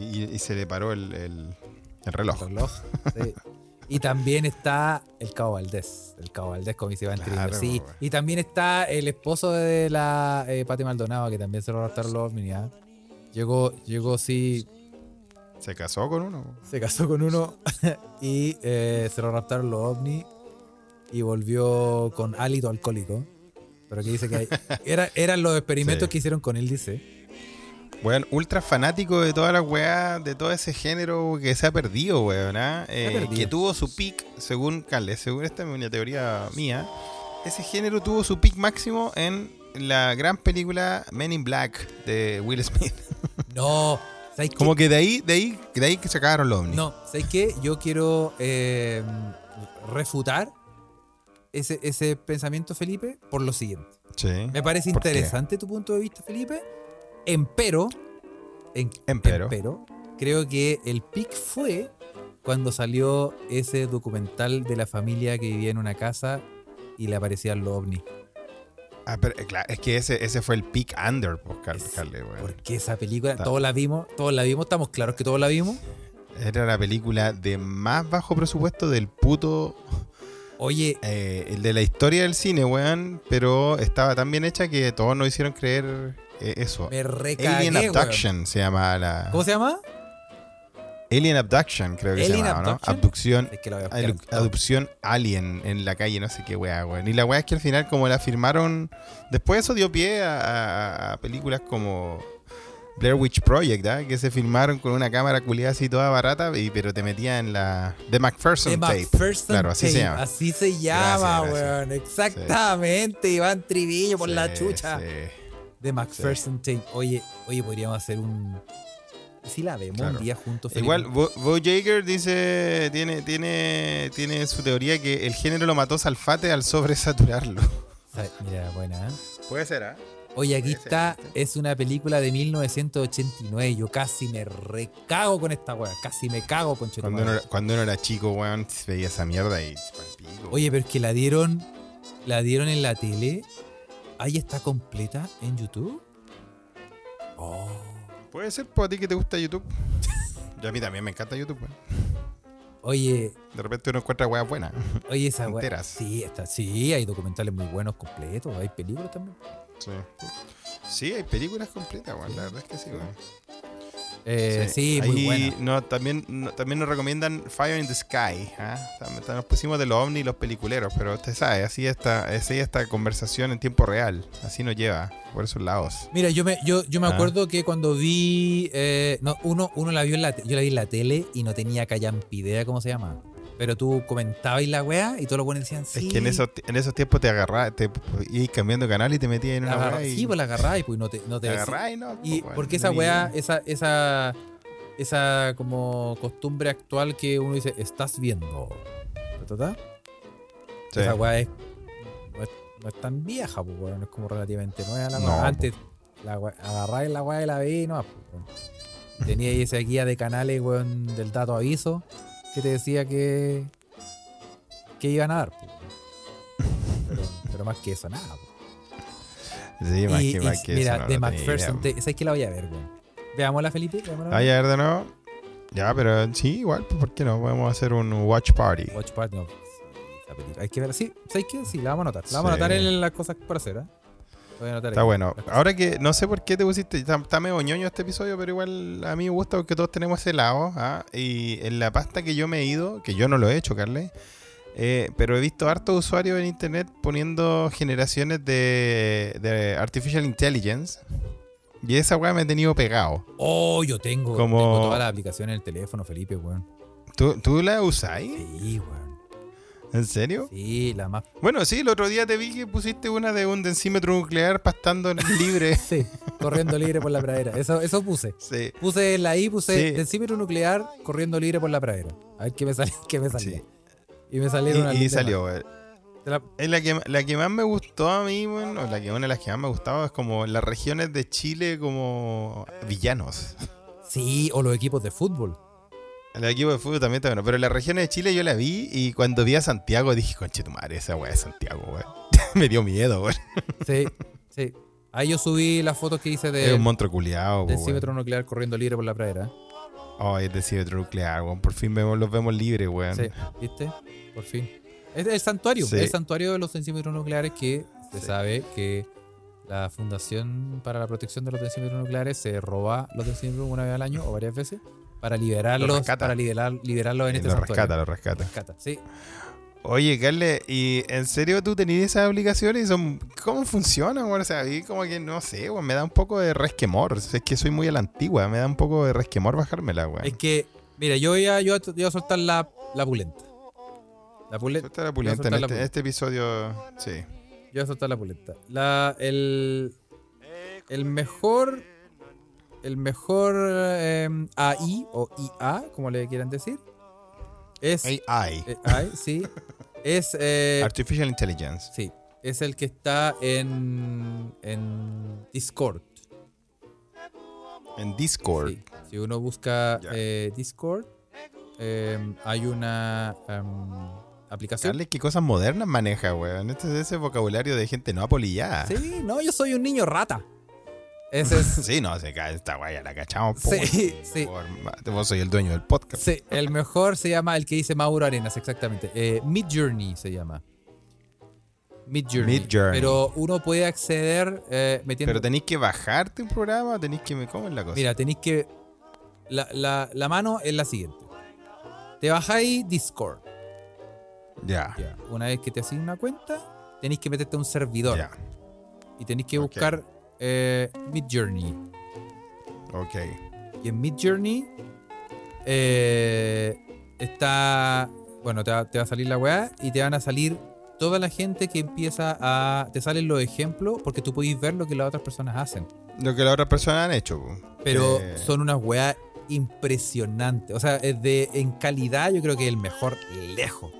S2: Y, y- y se le paró el, el- el reloj.
S3: reloj. sí. Y también está el Cabo Valdés. El Cabo Valdés con Iván
S2: Claro, pues,
S3: Trigger, Sí.
S2: güey.
S3: Y también está el esposo de la eh, Pati Maldonado, que también se lo raptaron los ovnis, ¿ah? Llegó, llegó, sí,
S2: Se casó con uno. pues.
S3: se casó con uno y eh, se lo raptaron los ovnis y volvió con hálito alcohólico. Pero que dice que hay- era, eran los experimentos
S2: Sí.
S3: que hicieron con él, dice.
S2: Weón, ultra fanático de todas las weas, de todo ese género que se ha perdido, weón. ¿ah? Eh,
S3: perdido.
S2: que tuvo su peak, según Carles, según esta es una teoría mía, ese género tuvo su peak máximo en la gran película Men in Black de Will Smith.
S3: No, ¿sabes qué?
S2: Como que de ahí, de ahí, de ahí que sacaron los ovnis.
S3: No, ¿sabes qué? Yo quiero eh, refutar ese, ese pensamiento, Felipe, por lo siguiente.
S2: Sí.
S3: Me parece
S2: ¿Por qué?
S3: interesante tu punto de vista, Felipe. Empero, en,
S2: Empero.
S3: empero, creo que el pic fue cuando salió ese documental de la familia que vivía en una casa y le aparecían los ovnis.
S2: Ah, pero, eh, claro, es que ese, ese fue el peak under, pues, Car-
S3: Es-
S2: Carle, weón.
S3: Porque esa película,
S2: Está.
S3: todos la vimos, todos la vimos, estamos claros que todos la vimos.
S2: Era la película de más bajo presupuesto del puto.
S3: Oye,
S2: eh, el de la historia del cine, weón. Pero estaba tan bien hecha que todos nos hicieron creer eh, eso.
S3: me recagué,
S2: Alien
S3: weón.
S2: Abduction se llama la.
S3: ¿Cómo se llama?
S2: Alien Abduction, creo que se
S3: Alien
S2: llamaba, ¿no?
S3: Abduction.
S2: Abducción.
S3: Es que la voy a
S2: adu-
S3: buscar.
S2: Adopción Alien en la calle, no sé qué weá, weón. Y la weá es que al final, como la firmaron. Después eso dio pie a, a- a películas como Blair Witch Project, ¿ah? que se filmaron con una cámara culiada así toda barata, y- pero te metía en la. The McPherson
S3: De
S2: Tape.
S3: McPherson
S2: claro, así se
S3: Tape,
S2: llama.
S3: Así se llama,
S2: Gracias, gracias.
S3: weón. Exactamente, Iván Trivillo por la
S2: Sí,
S3: chucha.
S2: sí.
S3: De McPherson Tape. Oye, oye, podríamos hacer un. Si la vemos
S2: Claro.
S3: un día juntos. Felipe.
S2: Igual, Bo, Bo Jager dice. Tiene, tiene, tiene su teoría que el género lo mató Salfate al sobresaturarlo.
S3: Ay, Mira, buena. ¿eh?
S2: Puede ser, ¿ah?
S3: Oye, aquí
S2: Ese,
S3: está.
S2: este.
S3: Es una película de 1989. Yo casi me recago con esta weá. Casi me cago con
S2: Cuando uno, era- cuando uno era chico, weón, veía esa mierda y. palpico.
S3: Oye, pero es que la dieron. La dieron en la tele. Ahí está completa en YouTube. Oh.
S2: Puede ser por ti que te gusta YouTube. Yo a mí también me encanta YouTube, weón.
S3: Oye,
S2: De repente uno encuentra weas buenas.
S3: oye, esa wea-
S2: Enteras.
S3: Sí, está, sí, hay documentales muy buenos, completos, hay películas también.
S2: Sí. Sí, hay películas completas, weón. La verdad es que sí, weón.
S3: Eh, sí, muy
S2: Ahí
S3: buenas.
S2: No, también, no- también nos recomiendan Fire in the Sky. ¿ah? También- también Nos pusimos de los ovnis y los peliculeros, pero usted sabe, así está, así esta conversación en tiempo real. Así nos lleva por esos lados.
S3: Mira, yo me, yo, yo me
S2: Ah.
S3: acuerdo que cuando vi. eh, no, uno, uno la vio en la, te- yo la vi en la tele y no tenía callampidea cómo se llama. Pero tú comentabas y la weá y todos los buenos decían sí.
S2: Es que en esos, ti- en esos tiempos te agarraba, te y cambiando de canal y te metías en
S3: la
S2: una
S3: agarra-
S2: weá y
S3: Sí, pues la agarrás y pues no te, no te
S2: te
S3: decía-
S2: agarraba y no.
S3: Y
S2: pues, weón,
S3: porque
S2: no
S3: esa
S2: ni-
S3: weá, esa, esa, esa como costumbre actual que uno dice, estás viendo. Ta, ta, ta.
S2: Sí.
S3: Esa weá es, no, es, no es tan vieja, pues, weón, es como relativamente nueva la weá.
S2: No, pues.
S3: Antes la weá- agarráis la weá y la veis, no. pues, weón. Tenía ahí esa guía de canales, weón, del dato aviso, que te decía que, que iban a dar. pues, weón. Pero, pero más que eso, nada. pues.
S2: Sí, más
S3: Y-
S2: que,
S3: y
S2: más que
S3: mira,
S2: eso, no,
S3: de
S2: no tenía
S3: McPherson,
S2: idea. pues.
S3: te- ¿sabes qué la voy a ver, güey? Veámosla, Felipe. Veámosla.
S2: Ay, a ver de nuevo. Ya, pero sí, igual, pues, ¿por qué no? Podemos hacer un watch party.
S3: Watch Party, no. Sí, esa película. Hay que verla. Sí, ¿sabes qué? Sí, la vamos a anotar. La vamos a
S2: Sí.
S3: anotar en las cosas por hacer, ¿eh? La voy a anotar
S2: Está
S3: ahí.
S2: bueno. Ahora que no sé por qué te pusiste, está, está medio ñoño este episodio, pero igual a mí me gusta porque todos tenemos ese lado. ¿ah? Y en la pasta que yo me he ido, que yo no lo he hecho, Carle, eh, pero he visto hartos usuarios en internet poniendo generaciones de, de Artificial Intelligence. Y esa weá me ha tenido pegado.
S3: Oh, yo tengo,
S2: Como-
S3: tengo toda la aplicación en el teléfono, Felipe, weón.
S2: ¿Tú, tú la usáis?
S3: Sí, weón.
S2: ¿En serio?
S3: Sí, la más.
S2: Bueno, sí, el otro día te vi que pusiste una de un densímetro nuclear pastando en el libre.
S3: Sí, corriendo libre por la pradera. Eso, eso puse.
S2: sí.
S3: Puse la I, puse
S2: Sí.
S3: densímetro nuclear corriendo libre por la pradera. A ver qué me sale, qué me salía.
S2: Sí.
S3: Y me salieron
S2: Y, y salió, weón. Es la que, la que más me gustó a mí, bueno, la que una de las que más me gustaba es como las regiones de Chile como villanos.
S3: Sí, o los equipos de fútbol.
S2: El equipo de fútbol también está bueno, pero las regiones de Chile yo la vi y cuando vi a Santiago dije, conche tu madre, esa weá de Santiago, weón. me dio miedo, weón.
S3: Sí, sí. Ahí yo subí las fotos que hice
S2: Es
S3: de
S2: un pues, monstruo culiado,
S3: densímetro nuclear corriendo libre por la pradera.
S2: Oh, es decímetro nuclear, weón. Por fin vemos- los vemos libres, weón. Eh,
S3: Sí, ¿viste? Por fin. Es el santuario,
S2: Sí.
S3: el santuario de los densímetros nucleares que se sabe que la Fundación para la Protección de los Densímetros Nucleares se roba los densímetros una vez al año o varias veces para
S2: Los
S3: liberarlos,
S2: rescata.
S3: para liberar, liberarlos en
S2: Y
S3: este
S2: lo
S3: santuario.
S2: rescata, lo rescata.
S3: Rescata, sí.
S2: Oye, Carle, ¿y en serio tú tenías esas aplicaciones? y son ¿Cómo funcionan? Bueno, o sea, a mí como que no sé, weón, me da un poco de resquemor. Es que soy muy a la antigua, me da un poco de resquemor bajármela, weón.
S3: Es que, mira, yo voy a, yo voy a soltar la, la pulenta. La pulenta.
S2: Suelta la pulenta en
S3: soltar la
S2: este,
S3: pulenta.
S2: este episodio, sí.
S3: Yo voy a soltar la puleta. La, el, el mejor. El mejor eh, AI o IA, como le quieran decir. Es.
S2: AI,
S3: eh, AI, sí. Es. eh,
S2: Artificial Intelligence.
S3: sí. Es el que está en. En Discord.
S2: En Discord.
S3: Sí. Si uno busca
S2: Ya.
S3: eh, Discord, eh, hay una. em, aplicación.
S2: Carle, qué cosas modernas maneja, weón. Este es ese vocabulario de gente no apolillada. Sí,
S3: Sí, no, yo soy un niño rata. Ese es.
S2: no, se cae esta guaya, la cachamos. po,
S3: sí,
S2: weón.
S3: sí.
S2: Por ma- vos soy el dueño del podcast.
S3: Sí, el mejor se llama el que dice Mauro Arenas, exactamente. Eh, Mid Journey se llama. Mid Journey.
S2: Midjourney.
S3: Pero uno puede acceder eh, metiendo.
S2: Pero tenéis que bajarte un programa, o tenéis que... ¿Cómo es la cosa?
S3: Mira, tenéis que. La, la- la mano es la siguiente. Te bajáis Discord.
S2: ya.
S3: ya. Una vez que te asignan una cuenta, tenéis que meterte a un servidor.
S2: Ya,
S3: Y tenéis que
S2: Ok.
S3: buscar eh, Mid Journey.
S2: ok.
S3: Y en Mid Journey eh, está. Bueno, te va, te va a salir la weá y te van a salir toda la gente que empieza a. Te salen los ejemplos porque tú podéis ver lo que las otras personas hacen.
S2: Lo que las otras personas han hecho. po.
S3: Pero
S2: Eh,
S3: son unas weá impresionantes. O sea, es de, en calidad yo creo que el mejor lejos.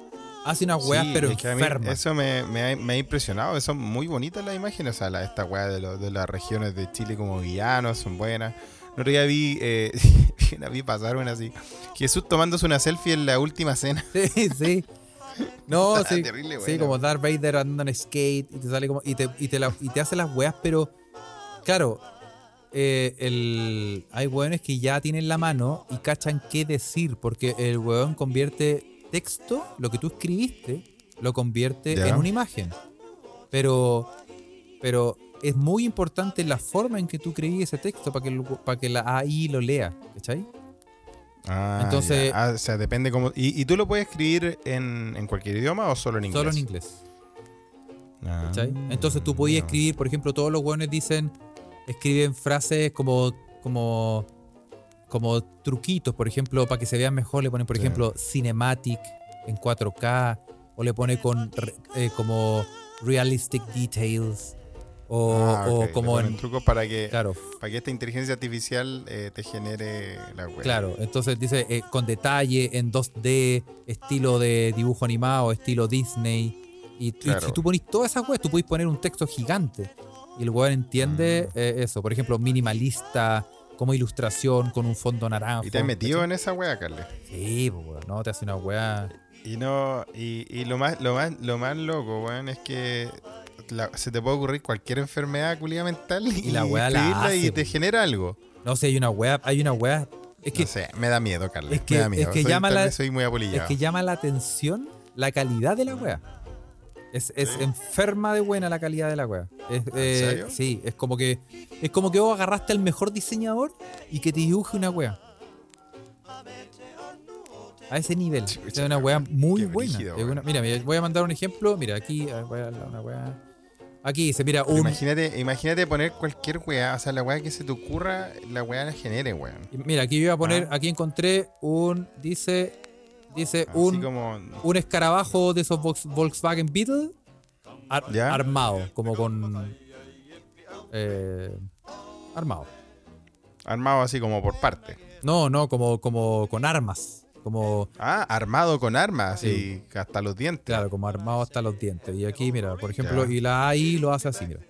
S3: Hace unas Ah, weas,
S2: sí,
S3: pero
S2: es que a mí
S3: enfermas.
S2: Eso me, me ha, me ha impresionado. Son muy bonitas las imágenes. O sea, la- esta weá de, lo- de las regiones de Chile como Guillanos son buenas. El otro día vi, eh, la vi pasar una así. Jesús tomándose una selfie en la última cena.
S3: Sí, sí. No,
S2: Está
S3: Oh, sí.
S2: terrible,
S3: Sí,
S2: buena.
S3: como Darth Vader andando en skate y te sale como. Y te, y te, la- y te hace las weas, pero. Claro, eh, el, hay hueones que ya tienen la mano y cachan qué decir, porque el hueón convierte texto, lo que tú escribiste, lo convierte
S2: Ya.
S3: en una imagen. Pero, pero es muy importante la forma en que tú creí ese texto para que, el- para que la AI lo lea, ¿cachai?
S2: Ah,
S3: Entonces-
S2: ya. Ah, o sea, depende cómo. ¿Y, y tú lo puedes escribir en, en cualquier idioma o solo en inglés?
S3: Solo en inglés.
S2: Ah,
S3: ¿cachai? Entonces tú podías
S2: no.
S3: escribir, por ejemplo, todos los hueones dicen, escriben frases como, como, como truquitos, por ejemplo, para que se vean mejor, le ponen, por
S2: Sí.
S3: ejemplo, cinematic en 4K, o le pone con re- eh, como realistic details, o,
S2: Ah,
S3: o
S2: ok. Le
S3: como
S2: ponen
S3: en...
S2: trucos para que,
S3: Claro,
S2: para que esta inteligencia artificial eh, te genere la web.
S3: claro. Entonces dice eh, con detalle, en 2D, estilo de dibujo animado, estilo Disney. Y, y
S2: Claro.
S3: si tú pones todas esas weas, tú puedes poner un texto gigante. Y el weón entiende
S2: Mm.
S3: eh, eso. Por ejemplo, minimalista, como ilustración, con un fondo naranja.
S2: ¿Y te has metido en esa wea, Carles?
S3: Sí, pues, weón, no, te hace una wea.
S2: Y no, y, y lo más, lo más, lo más loco, weón, es que la- se te puede ocurrir cualquier enfermedad culia mental y,
S3: la weá la
S2: escribirla
S3: hace,
S2: y
S3: po.
S2: te genera algo.
S3: No sé, hay una wea, hay una wea. Es que,
S2: no sé, me da miedo, Carles.
S3: es que-
S2: me da miedo.
S3: es que
S2: soy,
S3: llama
S2: tal
S3: la-
S2: vez soy muy
S3: es
S2: apolillado.
S3: que llama la atención la calidad de la
S2: Mm.
S3: wea. Es, es enferma de buena la calidad de la wea. Es, eh,
S2: serio?
S3: Sí, es como que es como que vos agarraste al mejor diseñador y que te dibuje una wea. A ese nivel. Es
S2: Chucha,
S3: una wea muy
S2: qué
S3: buena.
S2: brígido,
S3: Es una-
S2: weón.
S3: mira, mira, voy a mandar un ejemplo. Mira, aquí a ver, voy a darle una wea. Aquí dice, mira, un,
S2: Imagínate, imagínate poner cualquier weá, o sea, la weá que se te ocurra, la weá la genere, weón.
S3: mira, aquí yo iba a poner,
S2: ¿Ah?
S3: aquí encontré un dice dice
S2: Así
S3: un
S2: como.
S3: un escarabajo de esos Volks- Volkswagen Beetle ar-
S2: ¿Ya?
S3: armado, como con. eh, armado.
S2: Armado así como por parte.
S3: No, no, como, como con armas. Como,
S2: Ah, armado con armas
S3: Sí.
S2: y hasta los dientes.
S3: claro, como armado hasta los dientes. Y aquí, mira, por ejemplo,
S2: Ya.
S3: y la AI lo hace así, mira.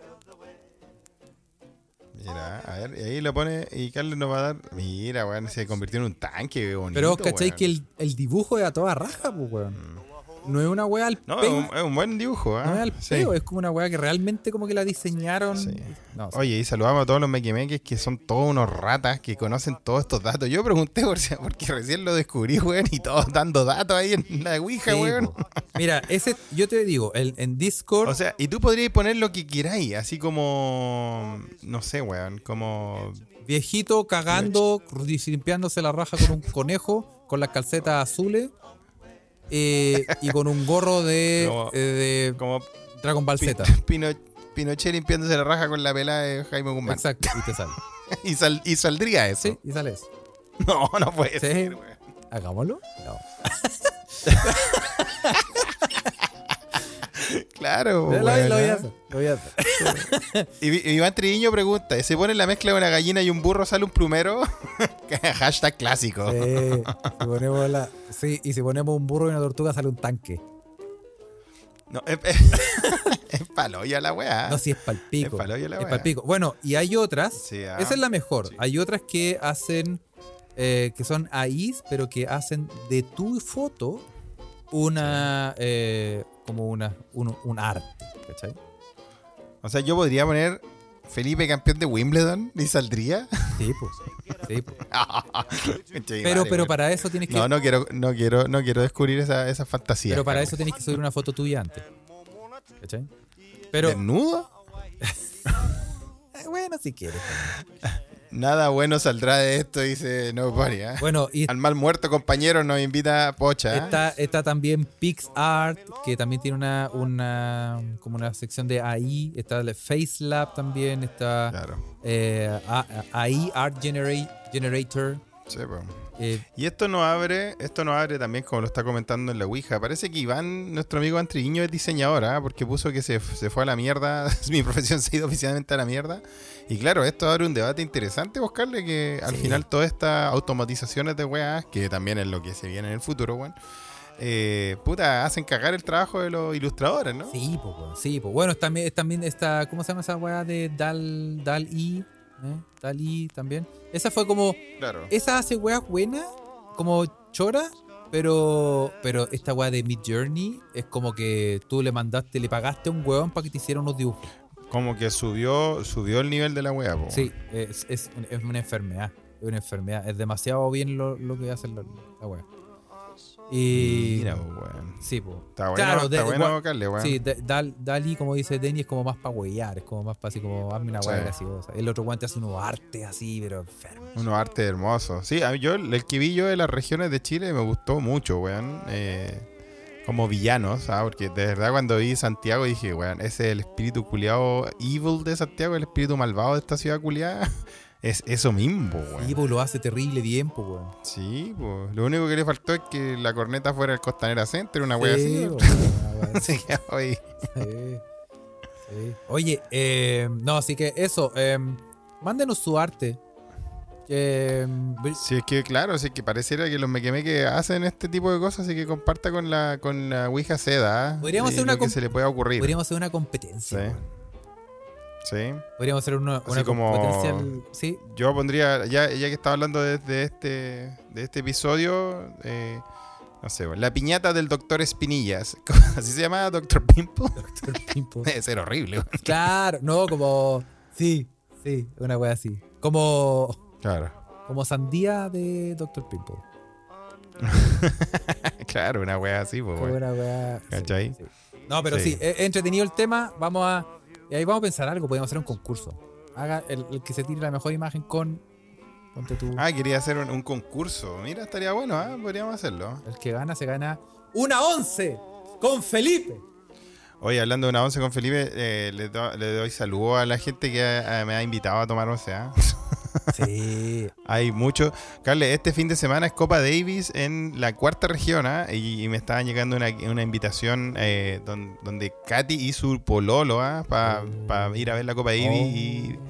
S2: Mira, a ver, y ahí lo pone y Carlos nos va a dar. Mira, weón, se convirtió en un tanque, qué bonito,
S3: Pero ¿cachai
S2: weón.
S3: que el, el dibujo es a toda raja, pues, weón? No es una wea al
S2: No, es
S3: peo,
S2: un, es un buen dibujo, ¿ah?
S3: no es al
S2: Sí.
S3: peo, es como una wea que realmente como que la diseñaron.
S2: Sí.
S3: No, sí.
S2: Oye, y saludamos a todos los mequimeques que son todos unos ratas que conocen todos estos datos. Yo pregunté por si- porque recién lo descubrí, weón, y todos dando datos ahí en la Ouija,
S3: Sí,
S2: weón.
S3: po. Mira, ese, yo te digo, el, en Discord.
S2: O sea, y tú podrías poner lo que queráis, así como. No sé, weón, como.
S3: Viejito cagando, limpiándose la raja con un conejo, con las calcetas azules eh, y con un gorro de,
S2: Como-
S3: eh, de
S2: Como
S3: Dragon Ball
S2: Pi-
S3: Z.
S2: Pino- Pinochet limpiándose la raja con la pelada de Jaime Guzmán.
S3: Exacto, y te sale.
S2: Y, sal- y saldría eso.
S3: Sí, y sale eso.
S2: No, no puede
S3: Sí.
S2: ser, weón.
S3: Hagámoslo. No.
S2: Claro,
S3: Lo- lo,
S2: weón,
S3: voy a
S2: ¿ah?
S3: hacer, lo voy a hacer.
S2: Y Vi- Iván Triviño pregunta, ¿se pone la mezcla de una gallina y un burro sale un plumero? Hashtag clásico.
S3: Sí, Eh, si ponemos la- sí, y si ponemos un burro y una tortuga sale un tanque.
S2: No, es, es- es paloya la weá.
S3: No, si es palpico.
S2: Ah. Es paloya la
S3: Es
S2: weá.
S3: palpico. Bueno, y hay otras.
S2: Sí, ah.
S3: Esa es la mejor.
S2: Sí.
S3: Hay otras que hacen, eh, que son AIs, pero que hacen de tu foto una, eh, como una, un, un arte, ¿cachai?
S2: O sea, yo podría poner Felipe campeón de Wimbledon y saldría.
S3: Sí, pues. Sí, pues. Pero,
S2: Che, vale,
S3: pero
S2: weón.
S3: para eso tienes que,
S2: No, no quiero, no quiero, no quiero descubrir esa, esa fantasía.
S3: pero para
S2: Carlos.
S3: eso tienes que subir una foto tuya antes, ¿cachai? Pero,
S2: ¿Desnudo?
S3: eh, bueno, si quieres.
S2: Nada bueno saldrá de esto, dice Nobody. ¿eh?
S3: Bueno, y
S2: Al mal muerto compañero nos invita a Pocha. ¿eh?
S3: Está, está también PixArt, que también tiene una, una como una sección de AI, está el FaceLab también, está
S2: Claro.
S3: eh, A- A- AI Art Genera- Generator.
S2: Sí, pues.
S3: eh,
S2: Y esto nos abre, esto nos abre también, como lo está comentando en la Ouija. Parece que Iván, nuestro amigo Antriño, es diseñador, ¿ah? porque puso que se, se fue a la mierda. Mi profesión se ha ido oficialmente a la mierda. Y claro, esto abre un debate interesante, buscarle que al
S3: Sí.
S2: final todas estas automatizaciones de weas, que también es lo que se viene en el futuro, weón. eh, puta, hacen cagar el trabajo de los ilustradores, ¿no?
S3: Sí, pues, sí, po. Bueno, también, es también está, ¿cómo se llama esa weá de Dal, Dal I? eh? Dal I también. Esa fue como,
S2: Claro.
S3: esa hace weas buenas, como chora. Pero, pero esta weá de Mid Journey es como que tú le mandaste, le pagaste a un weón para que te hiciera unos dibujos.
S2: Como que subió, subió el nivel de la wea, po.
S3: Sí, es, es, un- es una enfermedad. Es una enfermedad. Es demasiado bien lo, lo que hace la, la wea. Y.
S2: Mira, po, weón.
S3: Sí, po.
S2: Está bueno, está
S3: de-
S2: bueno
S3: gua-
S2: Carle, weón.
S3: Sí, da- Dal- Dali, como dice Denny, es como más para huellar, es como más para así, como hazme una
S2: Sí.
S3: hueá graciosa. El otro guante hace unos artes así, pero enfermo.
S2: Unos arte hermoso. Sí, a mí, yo el el quibillo de las regiones de Chile me gustó mucho, weón. Eh, como villanos, ¿sabes? Porque de verdad cuando vi Santiago dije, weón, ese es el espíritu culiado evil de Santiago, el espíritu malvado de esta ciudad culiada. Es eso mismo, weón.
S3: Y
S2: Sí,
S3: pues lo hace terrible bien, pues, weón.
S2: po. Lo único que le faltó es que la corneta fuera el Costanera Center, una wea
S3: Sí,
S2: así.
S3: po, una wea así.
S2: Se quedó ahí.
S3: Sí, sí. Oye, eh, no, así que eso, eh, mándenos su arte. Que, eh,
S2: Sí, es que claro, sí que pareciera que los mequemeques que hacen este tipo de cosas, así que comparta con la con la Ouija seda. ¿ah?
S3: Podríamos
S2: Eh,
S3: hacer una
S2: lo que
S3: comp-
S2: se le pueda ocurrir.
S3: podríamos hacer una competencia.
S2: Sí.
S3: weón.
S2: Sí.
S3: Podríamos hacer una,
S2: Así
S3: una
S2: como-
S3: competencia. al- Sí,
S2: Yo pondría, ya, ya que estaba hablando de, de este, de este episodio, eh, no sé, bueno, la piñata del doctor Espinillas. ¿Así se llamaba Doctor Pimple?
S3: Doctor Pimpo.
S2: Debe ser horrible. bueno.
S3: Claro, no, como. Sí, sí, una wea así. Como.
S2: Claro.
S3: Como sandía de Dr. Pimple.
S2: Claro, una wea así, pues,
S3: Como
S2: bueno.
S3: una wea- sí,
S2: ¿Cachai?
S3: sí. No, pero
S2: Sí.
S3: sí, es entretenido el tema. Vamos a. Y ahí vamos a pensar algo, podemos hacer un concurso. Haga el, el que se tire la mejor imagen con. Ponte tú.
S2: Ah, quería hacer un, un concurso. Mira, estaría bueno, ¿ah? podríamos hacerlo.
S3: El que gana se gana una once con Felipe.
S2: Oye, hablando de una once con Felipe, eh, le, do- le doy saludo a la gente que eh, me ha invitado a tomar once, ¿ah?
S3: Sí.
S2: Hay mucho. Carles, este fin de semana es Copa Davis en la cuarta región, ¿ah? y, y me estaba llegando una, una invitación eh, don- donde Katy y su pololo, Para ir a ver la Copa Davis y,
S3: Oh.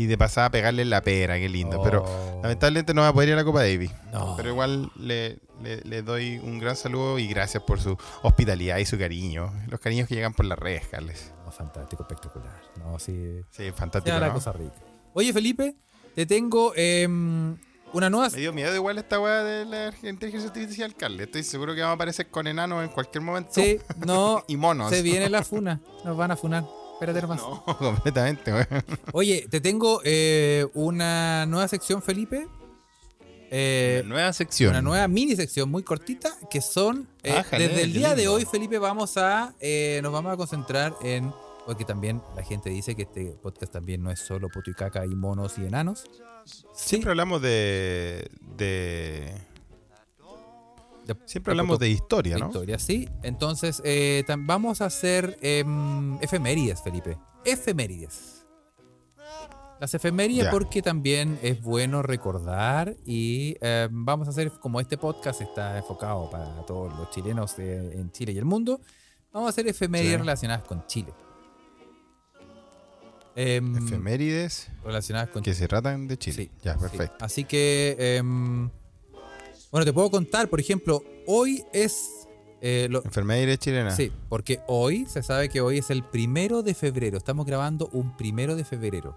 S2: y de pasada pegarle la pera, qué lindo. Pero lamentablemente no va a poder ir a la Copa Davis.
S3: No.
S2: Pero igual le, le- le doy un gran saludo y gracias por su hospitalidad y su cariño. Los cariños que llegan por las redes, Carles.
S3: No, fantástico, espectacular. No, sí.
S2: Sí,
S3: Se
S2: fantástico.
S3: da la
S2: ¿no?
S3: cosa rica. Oye, Felipe, te tengo em, una nueva.
S2: Me dio miedo igual esta weá de la inteligencia artificial, Carles. Estoy seguro que vamos a aparecer con enanos en cualquier momento.
S3: Sí, no.
S2: Y monos.
S3: se viene la funa. Nos van a funar. Espérate, hermano.
S2: No, completamente, weón.
S3: Oye, te tengo eh, una nueva sección, Felipe. Eh,
S2: nueva sección. Ah,
S3: una nueva mini sección muy cortita que son eh,
S2: Ájale,
S3: desde el
S2: qué
S3: día de
S2: lindo.
S3: hoy Felipe vamos a eh, nos vamos a concentrar en porque también la gente dice que este podcast también no es solo puto y caca y monos y enanos sí
S2: Siempre hablamos de. de
S3: de-
S2: siempre hablamos
S3: puto-
S2: de historia, ¿no?
S3: Victoria, sí. Entonces, eh, tam- vamos a hacer em, efemérides, Felipe. Efemérides. Las efemérides
S2: Ya.
S3: porque también es bueno recordar y em, vamos a hacer, como este podcast está enfocado para todos los chilenos eh, en Chile y el mundo, vamos a hacer efemérides
S2: Sí.
S3: relacionadas con Chile. Em,
S2: Mm. Efemérides
S3: relacionadas con
S2: que se tratan de Chile.
S3: Sí,
S2: ya,
S3: sí.
S2: perfecto.
S3: Así que, em, bueno, te puedo contar, por ejemplo, hoy es... eh, lo-
S2: Enfermedades chilenas.
S3: Sí, porque hoy se sabe que hoy es el primero de febrero. Estamos grabando un primero de febrero.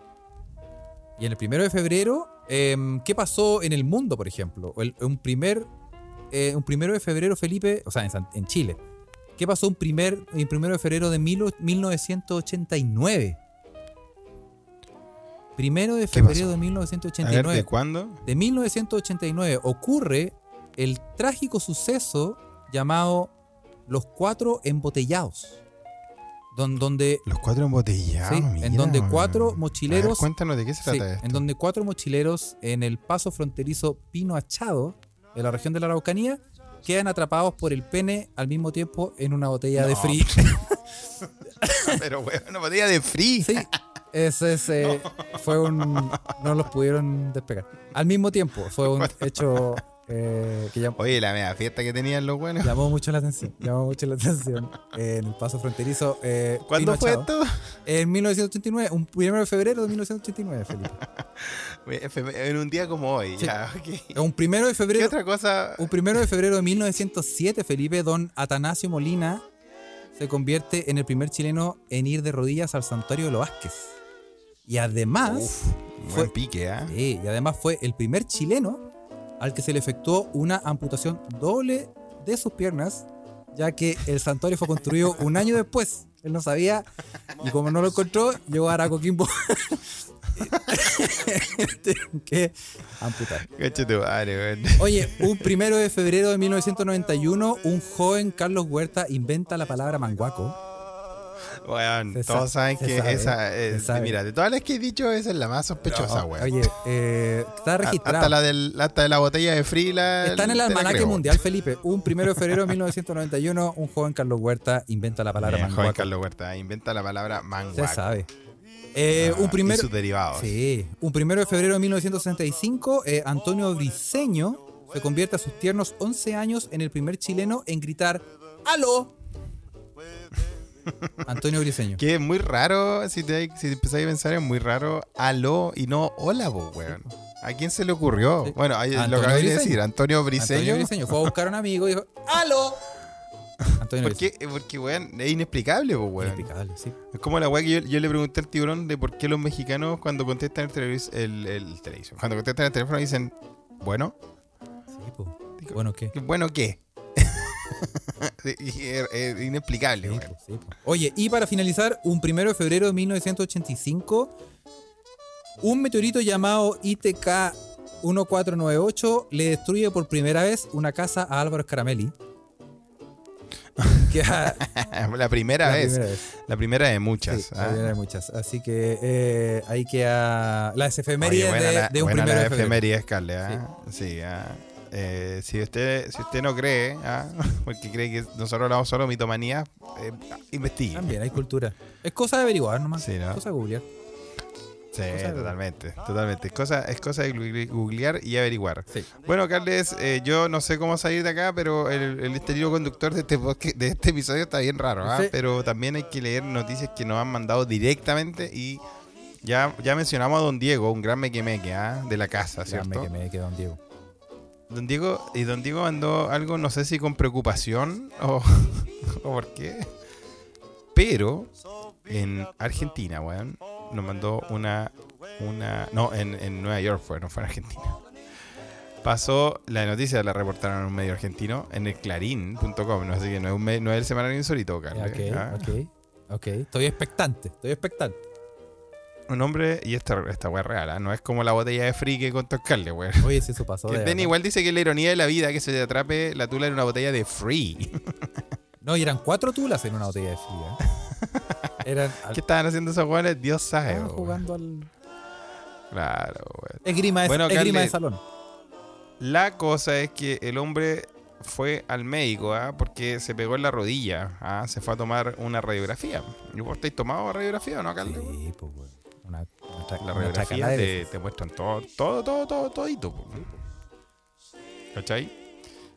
S3: Y en el primero de febrero, em, ¿qué pasó en el mundo, por ejemplo? El- un, primer, eh, un primero de febrero, Felipe, o sea, en, San- en Chile. ¿Qué pasó un, primer, un primero de febrero de mil o- 1989? Primero de febrero
S2: pasó?
S3: de
S2: A ver,
S3: 1989
S2: ¿de cuándo?
S3: de 1989 ocurre el trágico suceso llamado Los Cuatro Embotellados. don- donde,
S2: Los cuatro embotellados.
S3: sí,
S2: mira,
S3: en donde
S2: weón.
S3: cuatro
S2: A ver,
S3: mochileros.
S2: cuéntanos de qué se
S3: sí,
S2: trata esto.
S3: en donde cuatro mochileros en el paso fronterizo Pino Achado, de la región de la Araucanía, quedan atrapados por el pene al mismo tiempo en una botella de
S2: No.
S3: free.
S2: Pero, weón, una botella de free.
S3: Sí, ese es, eh, fue un. No los pudieron despegar. Al mismo tiempo, fue un hecho eh, que llamó.
S2: Oye, la media fiesta que tenían los buenos.
S3: Llamó mucho la atención, llamó mucho la atención eh, en el paso fronterizo. Eh,
S2: ¿Cuándo
S3: Pino
S2: fue
S3: Achado.
S2: esto?
S3: En 1989, un 1 de febrero de 1989, Felipe.
S2: En un día como hoy.
S3: Sí.
S2: ya, ok.
S3: Un 1 de
S2: ¿Qué
S3: febrero,
S2: otra cosa?
S3: un primero de febrero de 1907, Felipe, don Atanasio Molina se convierte en el primer chileno en ir de rodillas al santuario de los Vázquez. Y además,
S2: Buen
S3: fue-
S2: pique, ¿ah?
S3: sí, y además fue el primer chileno al que se le efectuó una amputación doble de sus piernas, ya que el santuario fue construido un año después. Él no sabía Y como no lo encontró, llegó a Aracoquimbo. Tuvieron que amputar.
S2: Cáchate, vale, weón.
S3: Oye, un primero de febrero de 1991, un joven Carlos Huerta inventa la palabra manguaco.
S2: Weón,
S3: Se
S2: todos
S3: sa-
S2: saben
S3: se
S2: que
S3: sabe,
S2: esa
S3: se
S2: es.
S3: sabe.
S2: Mira, de todas las que he dicho, esa es la más sospechosa, weón.
S3: Oye, eh, está
S2: A-
S3: registrado.
S2: Hasta la, del, hasta de la botella de Free la.
S3: Está en
S2: te
S3: el
S2: la
S3: almanaque
S2: creo.
S3: mundial, Felipe. Un primero de febrero de 1991, un joven Carlos Huerta inventa la palabra
S2: Bien, joven
S3: manguaco.
S2: Carlos Huerta, inventa la palabra manguaco.
S3: Se sabe. Eh,
S2: Ah,
S3: un
S2: Y
S3: primero.
S2: sus derivados.
S3: Sí. Un primero de febrero de 1965, eh, Antonio Briceño se convierte a sus tiernos 11 años en el primer chileno en gritar ¡Aló! Antonio Briceño.
S2: Que es muy raro, si, te, si empezáis a pensar, es muy raro aló y no hola, vos, weón. ¿A quién se le ocurrió?
S3: Sí.
S2: Bueno, ahí lo
S3: Antonio
S2: acabé de
S3: Briceño.
S2: decir, Antonio
S3: Antonio
S2: Briseño.
S3: Briceño fue a buscar a un amigo y dijo ¡Aló! Antonio
S2: ¿Por
S3: Briceño.
S2: qué? Porque, weón, es inexplicable, pues, weón.
S3: Inexplicable, sí.
S2: Es como la weá que yo, yo le pregunté al tiburón de por qué los mexicanos cuando contestan el, televis- el, el televisor, cuando contestan el teléfono dicen, bueno,
S3: Sí, po. Bueno, ¿qué?
S2: bueno, ¿qué? Y es, es
S3: Sí,
S2: inexplicable, weón.
S3: po, sí, po. Oye, y para finalizar, un primero de febrero de 1985, un meteorito llamado ITK 1498 le destruye por primera vez una casa a Álvaro Scaramelli. Que a-
S2: La primera
S3: la
S2: vez,
S3: primera vez.
S2: la primera de muchas.
S3: Sí, la
S2: ah.
S3: primera de muchas. Así que eh, ahí queda las
S2: Oye,
S3: efemérides
S2: buena
S3: de,
S2: la-
S3: de un
S2: buena
S3: primero
S2: la
S3: de febrero.
S2: efeméride, Scarlett, ¿ah? Sí, ah. Eh, si usted si usted no cree, ¿ah? porque cree que nosotros hablamos solo de mitomanía, eh, investigue.
S3: También hay cultura. Es cosa de averiguar nomás.
S2: Sí, ¿no?
S3: Es Ah, cosa de googlear.
S2: Sí,
S3: cosa de-
S2: totalmente, totalmente. Es cosa, es cosa de google- googlear y averiguar.
S3: Sí.
S2: Bueno, Carles, eh, yo no sé cómo salir de acá, pero el, el este hilo conductor de este, podcast- de este episodio está bien raro, ¿ah?
S3: Sí.
S2: Pero también hay que leer noticias que nos han mandado directamente y ya, ya mencionamos a Don Diego, un gran mequemeque, ¿ah? De la casa, ¿cierto?
S3: Espérame que me quedó un Diego.
S2: Don Diego, y Don Diego mandó algo, no sé si con preocupación o, o por qué, pero en Argentina, weón, nos mandó una, una, no, en, en Nueva York fue, no fue en Argentina. Pasó, la noticia la reportaron en un medio argentino, en el clarín.com, no, así que no es, un me- no es el semanario insólito, Carlos.
S3: Ok,
S2: ¿ah?
S3: ok, ok. Estoy expectante, estoy expectante.
S2: ¿ah? Un hombre, y esta, esta weá es real, ¿ah? no es como la botella de free que contó Carles, weón.
S3: Oye, si eso pasó.
S2: Que
S3: de
S2: Ben
S3: verdad.
S2: igual dice que es la ironía de la vida que se te atrape la tula en una botella de free.
S3: No, y eran cuatro tulas en una botella de fría. Eran al-
S2: ¿Qué estaban haciendo esos guanes? Dios sabe.
S3: estaban
S2: weón.
S3: jugando al.
S2: Claro, weón.
S3: Esgrima de,
S2: Bueno,
S3: esgrima de
S2: Carles.
S3: salón.
S2: La cosa es que el hombre fue al médico, ¿ah? porque se pegó en la rodilla. ¿ah? Se fue a tomar una radiografía. ¿Y vos estáis tomado radiografía o no, Carlos?
S3: Sí, pues, weón. Una, una tra-
S2: La
S3: una
S2: radiografía
S3: tracalada de
S2: te, te muestran todo, todo, todo, todo, todito. po. ¿Cachai?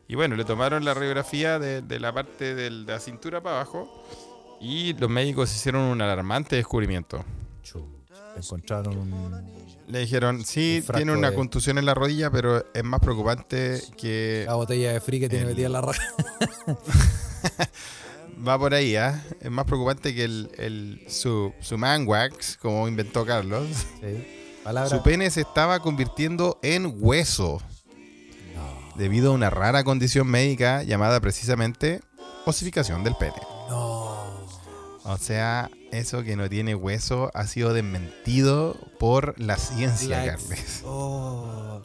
S2: Y bueno, le tomaron la radiografía de, de la parte del- de la cintura para abajo. Y los médicos hicieron un alarmante descubrimiento.
S3: Chu, Encontraron un-
S2: Le dijeron,
S3: Un
S2: sí,
S3: frasco
S2: tiene una
S3: de-
S2: contusión en la rodilla, pero es más preocupante que
S3: la botella de fría que tiene
S2: El-
S3: metida en la raja.
S2: va por ahí, ¿ah? Es más preocupante que el, el- su, su manwax, como inventó Carlos.
S3: Sí. Palabra.
S2: Su pene se estaba convirtiendo en hueso
S3: No,
S2: debido a una rara condición médica llamada precisamente osificación del pene.
S3: no.
S2: O sea, eso que no tiene hueso ha sido desmentido por la ciencia,
S3: La ex-
S2: Carles.
S3: Oh.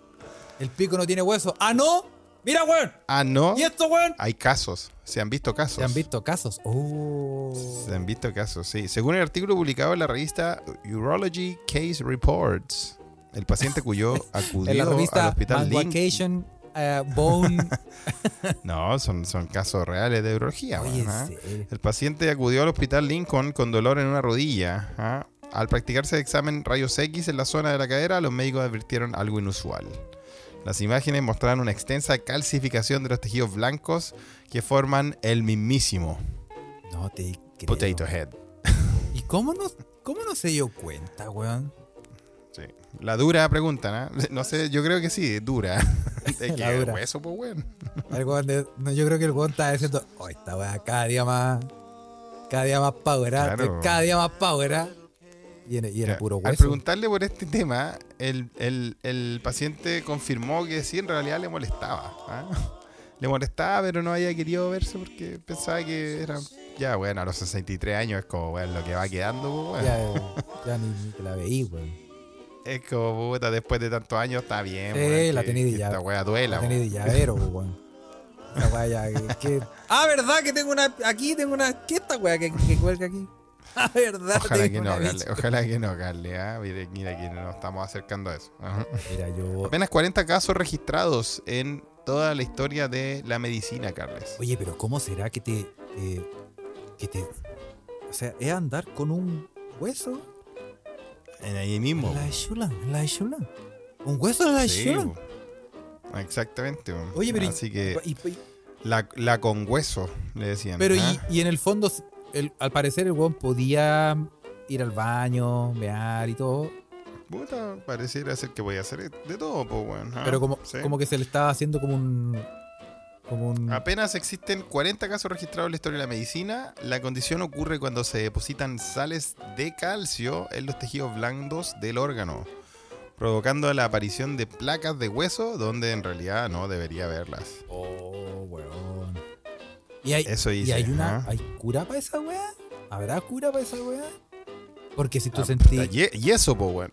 S3: El pico no tiene hueso. ¡Ah, no! ¡Mira, weón!
S2: Ah, no.
S3: ¡Y esto, weón!
S2: Hay casos, se han visto casos.
S3: Se han visto casos. Oh.
S2: Se han visto casos, sí. Según el artículo publicado en la revista Urology Case Reports, el paciente cuyo acudió
S3: en la
S2: al
S3: revista
S2: hospital Link.
S3: Manguacation eh, Bone.
S2: No, son, son casos reales de urología.
S3: Oye,
S2: bueno, ¿ah?
S3: sí.
S2: El paciente acudió al hospital Lincoln con dolor en una rodilla. ¿ah? Al practicarse el examen rayos X en la zona de la cadera, los médicos advirtieron algo inusual. Las imágenes mostraron una extensa calcificación de los tejidos blancos que forman el mismísimo
S3: No te creo.
S2: Potato Head.
S3: ¿Y cómo no, cómo no se dio cuenta, weón?
S2: Sí. La dura pregunta, ¿no? No sé, yo creo que sí, dura. De
S3: La
S2: que
S3: dura.
S2: hueso, pues, weón.
S3: El weón de- no, yo creo que el weón estaba diciendo, oh, esta weá cada día más. Cada día más power, ¿ah?
S2: Claro.
S3: Estoy cada día más power. ¿ah?". Y era, y era
S2: Ya,
S3: puro
S2: Al
S3: hueso.
S2: preguntarle por este tema, el, el- el paciente confirmó que sí, en realidad le molestaba. ¿ah? Le molestaba, pero no había querido verse porque pensaba que era Ya, bueno, a los 63 años es como, weón, lo que va quedando, pues, weón.
S3: Ya, eh, ya ni, ni te la veí, weón.
S2: Es como, puta, después de tantos años está bien,
S3: Sí,
S2: weón,
S3: la
S2: que-
S3: tenés de
S2: que
S3: ya.
S2: Esta weá duela,
S3: La tenés de llavero, po, weón. La weá ya, que- que- Ah, ¿verdad? Que tengo una. Aquí tengo una. ¿Qué es esta weá que, que cuelga aquí? Ah, ¿verdad?
S2: Ojalá
S3: Tengo
S2: que
S3: una
S2: no, Carle.
S3: bicha.
S2: Ojalá que no, Carle. ah. Mira, mira que nos estamos acercando a eso. ¿ah? Ajá.
S3: Mira, yo.
S2: Apenas 40 casos registrados en toda la historia de la medicina, Carles.
S3: Oye, pero ¿cómo será que te. eh, que te. O sea, es andar con un hueso
S2: En ahí
S3: en
S2: mismo.
S3: la chula, en la chula. Un hueso en la
S2: Sí,
S3: chula.
S2: po. Exactamente. po.
S3: Oye, pero y-
S2: Así que
S3: Y- y-
S2: la, la con hueso, le decían.
S3: Pero
S2: ¿ah?
S3: y, y en el fondo, el- al parecer el weón podía ir al baño, mear y todo,
S2: Puta, pareciera ser que voy a hacer de todo, pues, weón. ah,
S3: pero como,
S2: sí.
S3: como que se le estaba haciendo como un... Como un
S2: Apenas existen 40 casos registrados en la historia de la medicina. La condición ocurre cuando se depositan sales de calcio en los tejidos blandos del órgano, provocando la aparición de placas de hueso donde en realidad no debería haberlas.
S3: oh, weón. Y hay,
S2: Eso
S3: y
S2: dice,
S3: hay una...
S2: ¿ah?
S3: ¿Hay cura para esa weá? ¿Habrá cura para esa weá? Porque si tú
S2: Ah, puta,
S3: sentís...
S2: ye- Y eso, pues, weón.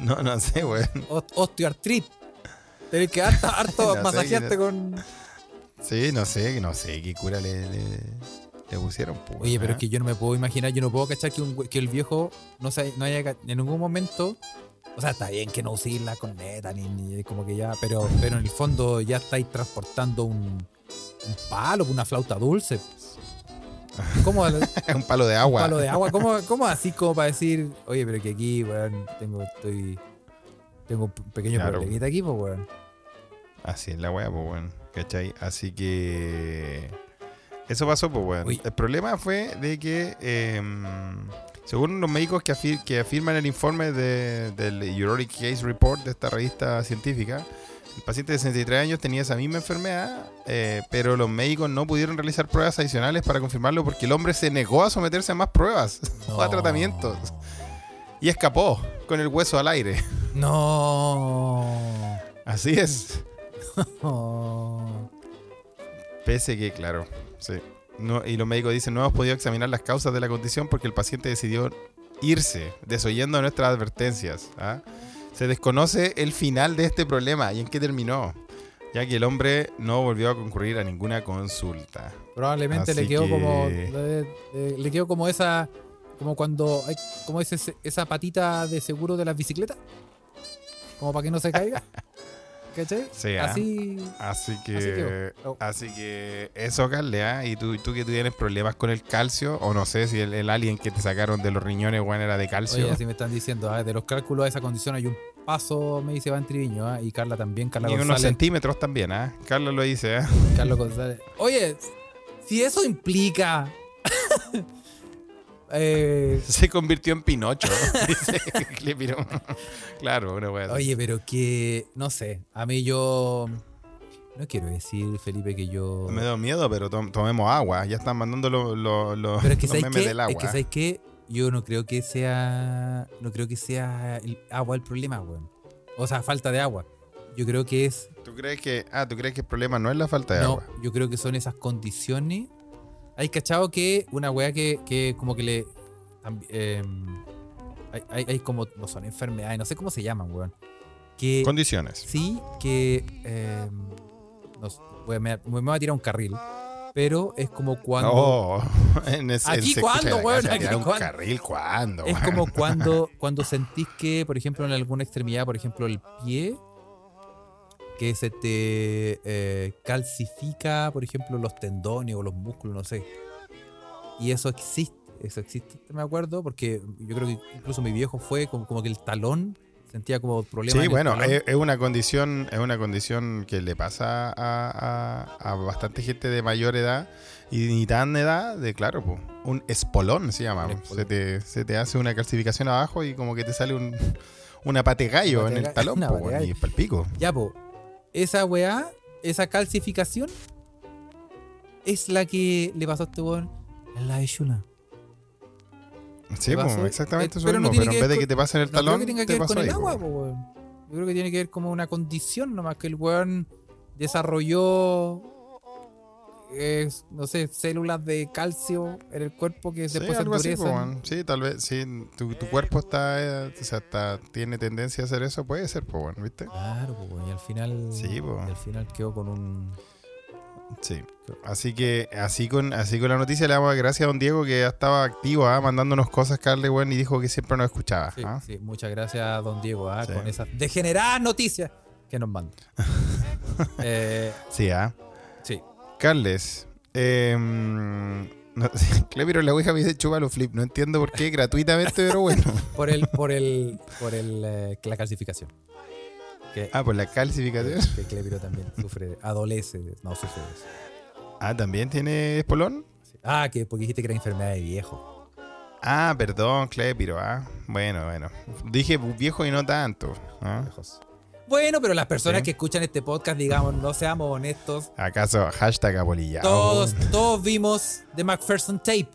S2: no, no sé, weón.
S3: os- Osteoartritis. Tenés que harto, harto
S2: No sé,
S3: masajearte
S2: quién
S3: con...
S2: Sí, no sé, no sé qué cura le, le- le pusieron, pues.
S3: Oye, pero
S2: ¿ah?
S3: es que yo no me puedo imaginar, yo no puedo cachar que, un we- que el viejo no, se- no haya ca- en ningún momento. O sea, está bien que no uséis la corneta, ni, ni- como que ya, pero, pero en el fondo ya estáis transportando un, un palo, una flauta dulce. ¿Cómo, un
S2: Es un palo de agua.
S3: palo de agua? ¿Cómo, cómo así como para decir, oye, pero que aquí, weón, tengo, estoy, tengo un pequeño
S2: Claro.
S3: problemita aquí, pues, weón?
S2: Así es la weá, pues weón. ¿Cachai? Así que. Eso pasó, pues weón.
S3: Uy.
S2: El problema fue de que. eh, según los médicos que, afir- que afirman el informe de- del Urology Case Report de esta revista científica, el paciente de 63 años tenía esa misma enfermedad, eh, pero los médicos no pudieron realizar pruebas adicionales para confirmarlo porque el hombre se negó a someterse a más pruebas o a
S3: No.
S2: tratamientos y escapó con el hueso al aire.
S3: No.
S2: Así es.
S3: No.
S2: Pese que, claro, sí. No, y los médicos dicen, no hemos podido examinar las causas de la condición porque el paciente decidió irse, desoyendo nuestras advertencias. ¿ah? Se desconoce el final de este problema y en qué terminó, ya que el hombre no volvió a concurrir a ninguna consulta.
S3: Probablemente
S2: Así
S3: le quedó
S2: que-
S3: como. Le, le quedó como esa. Como cuando. hay- Como ese, esa patita de seguro de las bicicletas. Como para que no se caiga. ¿Cachai?
S2: Sí, ¿ah?
S3: Así.
S2: Así que...
S3: Así Oh.
S2: Así
S3: que,
S2: que,
S3: bueno.
S2: eso, Carle, ¿ah? y tú, tú que tienes problemas con el calcio, o no sé si el, el alien que te sacaron de los riñones, bueno, era de calcio.
S3: Oye, así me están diciendo. ah, De los cálculos de esa condición hay un paso, me dice Van Triviño. ah, Y Carla también. Carla
S2: y unos
S3: González.
S2: centímetros también, ¿ah? Carlos lo dice, ¿ah?
S3: Carlos González. Oye, si eso implica. eh,
S2: Se convirtió en Pinocho. dice Clepiro. claro, una wea así.
S3: Oye, pero que, no sé, a mí yo... No quiero decir, Felipe, que yo...
S2: Me da miedo, pero tom- tomemos agua. Ya están mandando lo- lo- lo-
S3: Pero es que,
S2: los
S3: ¿sabes
S2: memes
S3: qué?
S2: del agua. ¿eh?
S3: Es que, ¿sabes qué? Yo no creo que sea... No creo que sea el agua el problema, weón. O sea, falta de agua. Yo creo que es...
S2: ¿Tú crees que, ah, ¿tú crees que el problema no es la falta de
S3: no,
S2: agua?
S3: yo creo que son esas condiciones. Hay cachado que una weá que, que como que le... tambi- em, hay, hay- hay como... No son enfermedades, no sé cómo se llaman, weón. Que...
S2: Condiciones.
S3: Sí, que. eh, no sé, voy a- me, me voy a tirar un carril. Pero es como cuando.
S2: Oh, en ese-
S3: ¿Aquí
S2: se
S3: cuándo,
S2: escucha la
S3: weón?
S2: casa,
S3: ¿Aquí
S2: tirar un
S3: cuándo?
S2: carril, ¿cuándo?
S3: es
S2: weón?
S3: como cuando, cuando sentís que, por ejemplo, en alguna extremidad, por ejemplo, el pie, que se te eh, calcifica, por ejemplo, los tendones o los músculos, no sé. Y eso existe, eso existe, me acuerdo, porque yo creo que incluso mi viejo fue como, como que el talón sentía como problemas. en
S2: Sí,
S3: el
S2: bueno,
S3: talón.
S2: es, es una condición, es una condición que le pasa a, a- a bastante gente de mayor edad y ni tan edad, de claro, po. un espolón se llama.
S3: Un
S2: po.
S3: espolón.
S2: Se, te, se te hace una calcificación abajo y como que te sale un, una pate gallo
S3: Una
S2: en
S3: pate gallo,
S2: el talón
S3: una
S2: po,
S3: pate gallo.
S2: y es pa'l pico.
S3: Ya, po. Esa weá, esa calcificación, es la que le pasó a este weón en la de Shula.
S2: Sí,
S3: Te
S2: po,
S3: pasó-
S2: exactamente
S3: eh,
S2: eso
S3: pero no
S2: mismo,
S3: tiene
S2: pero
S3: que
S2: en
S3: ver
S2: vez de que
S3: con-
S2: te pase en el
S3: No creo
S2: talón,
S3: que tenga que
S2: te
S3: ver
S2: pasó
S3: con el
S2: ahí,
S3: agua,
S2: po.
S3: po, weón. Yo creo que tiene que ver como una condición nomás que el weón desarrolló eh, no sé, células de calcio en el cuerpo que
S2: Sí,
S3: después se
S2: algo así, po,
S3: endurecen.
S2: weón. Sí, tal vez, sí, tu, tu cuerpo está, eh, o sea, está- tiene tendencia a hacer eso, puede ser, pues, bueno, ¿viste?
S3: Claro, pues, weón, y al final.
S2: Sí, po.
S3: y al final quedó con un.
S2: Sí. Así que, así con, así con la noticia, le damos las gracias a don Diego que ya estaba activo, ah, mandándonos cosas, Carly, weón, y dijo que siempre nos escuchaba.
S3: Sí,
S2: ah.
S3: sí, muchas gracias, don Diego, ah,
S2: Sí.
S3: con esas degeneradas noticias que nos mandan. Eh,
S2: Sí, ah.
S3: sí.
S2: Carles, eh, no, Cleviro, la Ouija me dice chupa los flip. No entiendo por qué gratuitamente, pero bueno.
S3: Por el, por el, por el, eh, la calcificación. Que,
S2: Ah, por la calcificación.
S3: que Cleviro también sufre, adolece, de- no sufre de eso.
S2: Ah, también tiene espolón.
S3: Sí. Ah, que porque dijiste que era enfermedad de viejo.
S2: Ah, perdón, Cleviro. Ah, bueno, bueno. Dije viejo y no tanto. ¿ah?
S3: viejos. Bueno, pero las personas
S2: Sí.
S3: que escuchan este podcast, digamos, no seamos honestos.
S2: ¿Acaso hashtag apolillado?
S3: Todos, todos vimos The McPherson Tape.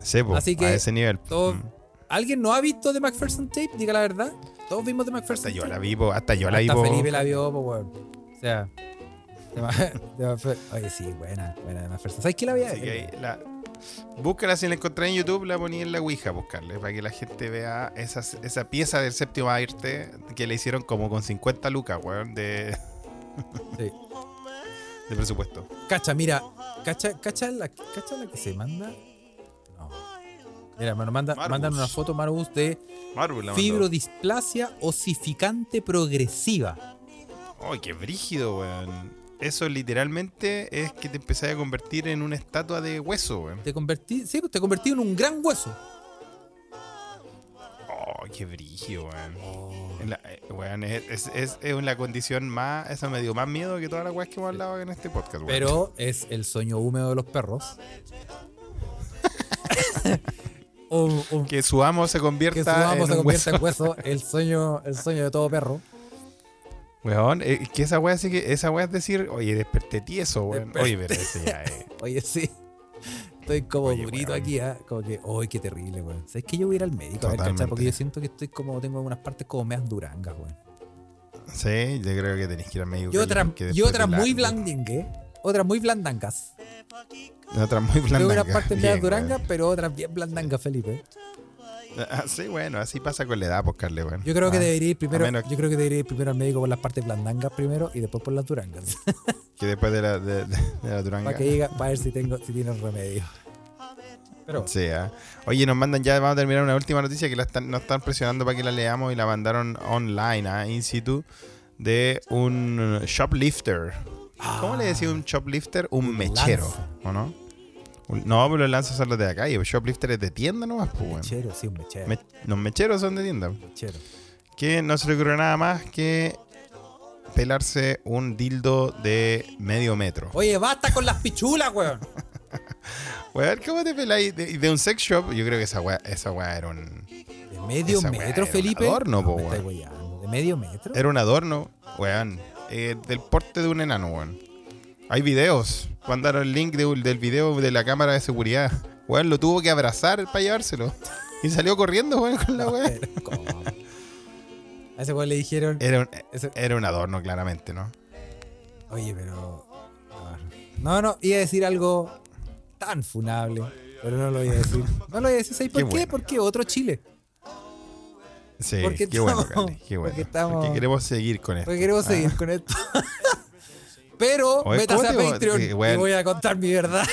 S2: Sebo,
S3: Así que
S2: pues, a ese nivel.
S3: Todos,
S2: Mm.
S3: ¿Alguien no ha visto The McPherson Tape? Diga la verdad. Todos vimos The McPherson
S2: Hasta yo
S3: Tape.
S2: la vivo, hasta yo la
S3: Hasta
S2: vivo.
S3: Felipe la vio, po, weón. O sea. The Mac- The Mac- Oye, sí, buena, buena The McPherson. ¿Sabes quién la veía?
S2: Así que ahí la- Búscala si la encontré en YouTube, la poní en la Ouija, buscarle, para que la gente vea esas- esa pieza del séptimo arte que le hicieron como con 50 lucas, weón, de,
S3: Sí.
S2: de presupuesto.
S3: Cacha, mira. Cacha, cacha, la, cacha la que se manda. No. Mira, mano, manda,
S2: Marbus.
S3: mandan una foto, Marbus, de
S2: Marvel, la mandó.
S3: fibrodisplasia osificante progresiva.
S2: ¡Ay, qué brígido, weón! Eso literalmente es que te empezás a convertir en una estatua de hueso, weón.
S3: Te convertí, sí, pues, te convertí en un gran hueso.
S2: ¡Oh, qué brígido, weón! En la- eh, weón, es, es, es, es la condición más. Eso me dio más miedo que todas las weas que hemos hablado en este podcast, weón.
S3: Pero es el sueño húmedo de los perros. un, un-
S2: que su amo se convierta
S3: que su amo
S2: en
S3: se
S2: un
S3: convierta
S2: hueso.
S3: en hueso, el sueño, el sueño de todo perro.
S2: Weón, eh, es que esa wea sí que esa wea es decir, oye, desperté tieso, weón.
S3: Desperté.
S2: Oye, pero ese ya es.
S3: Oye, sí. Estoy como
S2: Oye,
S3: durito
S2: weón.
S3: aquí, ¿ah? Como que, ¡ay, qué terrible, weón! ¿Sabes que yo voy a ir al médico a ver,
S2: Totalmente.
S3: cachai? Porque yo siento que estoy como, tengo algunas partes como meas durangas, weón.
S2: Sí, yo creo que tenéis que ir al médico.
S3: Y otras,
S2: que
S3: y
S2: después
S3: otras
S2: de la-
S3: muy blandingue, otras muy blandangas.
S2: y Otras muy
S3: Tengo
S2: blandas.
S3: unas partes meas durangas, pero otras bien blandangas, Felipe.
S2: Ah, Sí, bueno, así pasa con la edad, pues, Carle, weón.
S3: Yo creo que
S2: Ah,
S3: debería ir primero,
S2: a menos-
S3: yo creo que debería ir primero al médico por las partes blandangas primero y después por las durangas.
S2: Que después de la, de, de- de la duranga.
S3: Para que diga, para ver si tengo, si tiene remedio. Pero
S2: Sí, ah. Oye, nos mandan ya, vamos a terminar una última noticia que la están, nos están presionando para que la leamos y la mandaron online, ah, in situ, de un shoplifter. ¿Cómo le decía un shoplifter? Un mechero,
S3: Ah. lanza.
S2: ¿o no? Un- No, pero los lanzas son los de la calle. Shoplifter es de tienda nomás, pues, weón.
S3: mechero, sí, un mechero.
S2: Me- los mecheros son de tienda.
S3: mechero.
S2: Que no se le ocurrió nada más que pelarse un dildo de medio metro.
S3: Oye, basta con las pichulas, weón.
S2: Weón, ¿cómo te peláis? De, de un sex shop, yo creo que esa weá, esa weá era un.
S3: De medio
S2: Esa weá era
S3: metro,
S2: un
S3: Felipe.
S2: adorno, po,
S3: me estáis
S2: weón.
S3: weyando. De medio metro.
S2: Era un adorno, weón. eh, del porte de un enano, weón. Hay videos. Mandaron el link de un- del video de la cámara de seguridad. Weón, lo tuvo que abrazar para llevárselo. Y salió corriendo, weón, con la weá. Eh.
S3: Pero, ¿cómo? A ese weón le dijeron.
S2: Era un,
S3: ese-
S2: era un adorno, claramente, ¿no?
S3: oye, pero. a ver. No, no, iba a decir algo tan funable. Pero no lo voy a decir. No lo voy a decir. ¿Sabes por
S2: Qué
S3: qué?
S2: bueno.
S3: Porque otro Chile.
S2: Sí,
S3: Porque
S2: qué bueno,
S3: estamos-
S2: Carly, qué bueno.
S3: porque
S2: Porque,
S3: estamos-
S2: queremos seguir con esto.
S3: Porque queremos
S2: Ah,
S3: seguir con esto. Pero
S2: Oye,
S3: métase a
S2: ¿cómo te-
S3: Patreon
S2: eh, weón?
S3: y voy a contar mi verdad.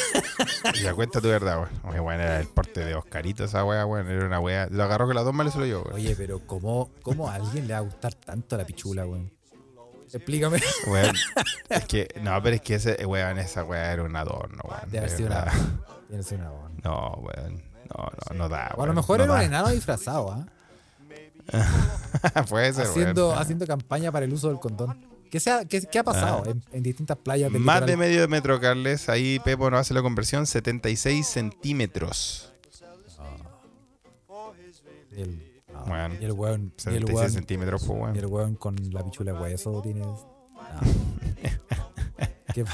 S2: Ya cuenta tu verdad, weón. Oye, weón, era el porte de Oscarito esa weá, weón. Era una weá. Lo agarró con las dos manos y se lo llevó, weón.
S3: Oye, pero ¿cómo, cómo a alguien le va a gustar tanto la pichula, weón? Explícame.
S2: Weón, es que, no, pero es que ese, eh, weón, esa weá era un adorno, weón.
S3: Debe haber
S2: de
S3: sido
S2: verdad.
S3: una. Tiene que ser una weón.
S2: No, weón. No, no, no da,
S3: O Ah, a
S2: weón.
S3: lo mejor
S2: No
S3: era un
S2: da.
S3: enano disfrazado, ¿ah?
S2: Puede ser,
S3: haciendo,
S2: weón.
S3: haciendo campaña para el uso del condón. ¿Qué, se ha, qué, qué ha pasado en, en distintas playas del
S2: Ah. Más de
S3: litoral?
S2: medio metro, Carles. Ahí Pepo nos hace la conversión. 76 centímetros.
S3: Y el, no,
S2: Weón.
S3: y el weón, y el
S2: 76
S3: weón,
S2: centímetros, pues,
S3: y el
S2: weón.
S3: weón con la pichula de hueso Ah. tiene. no. Qué-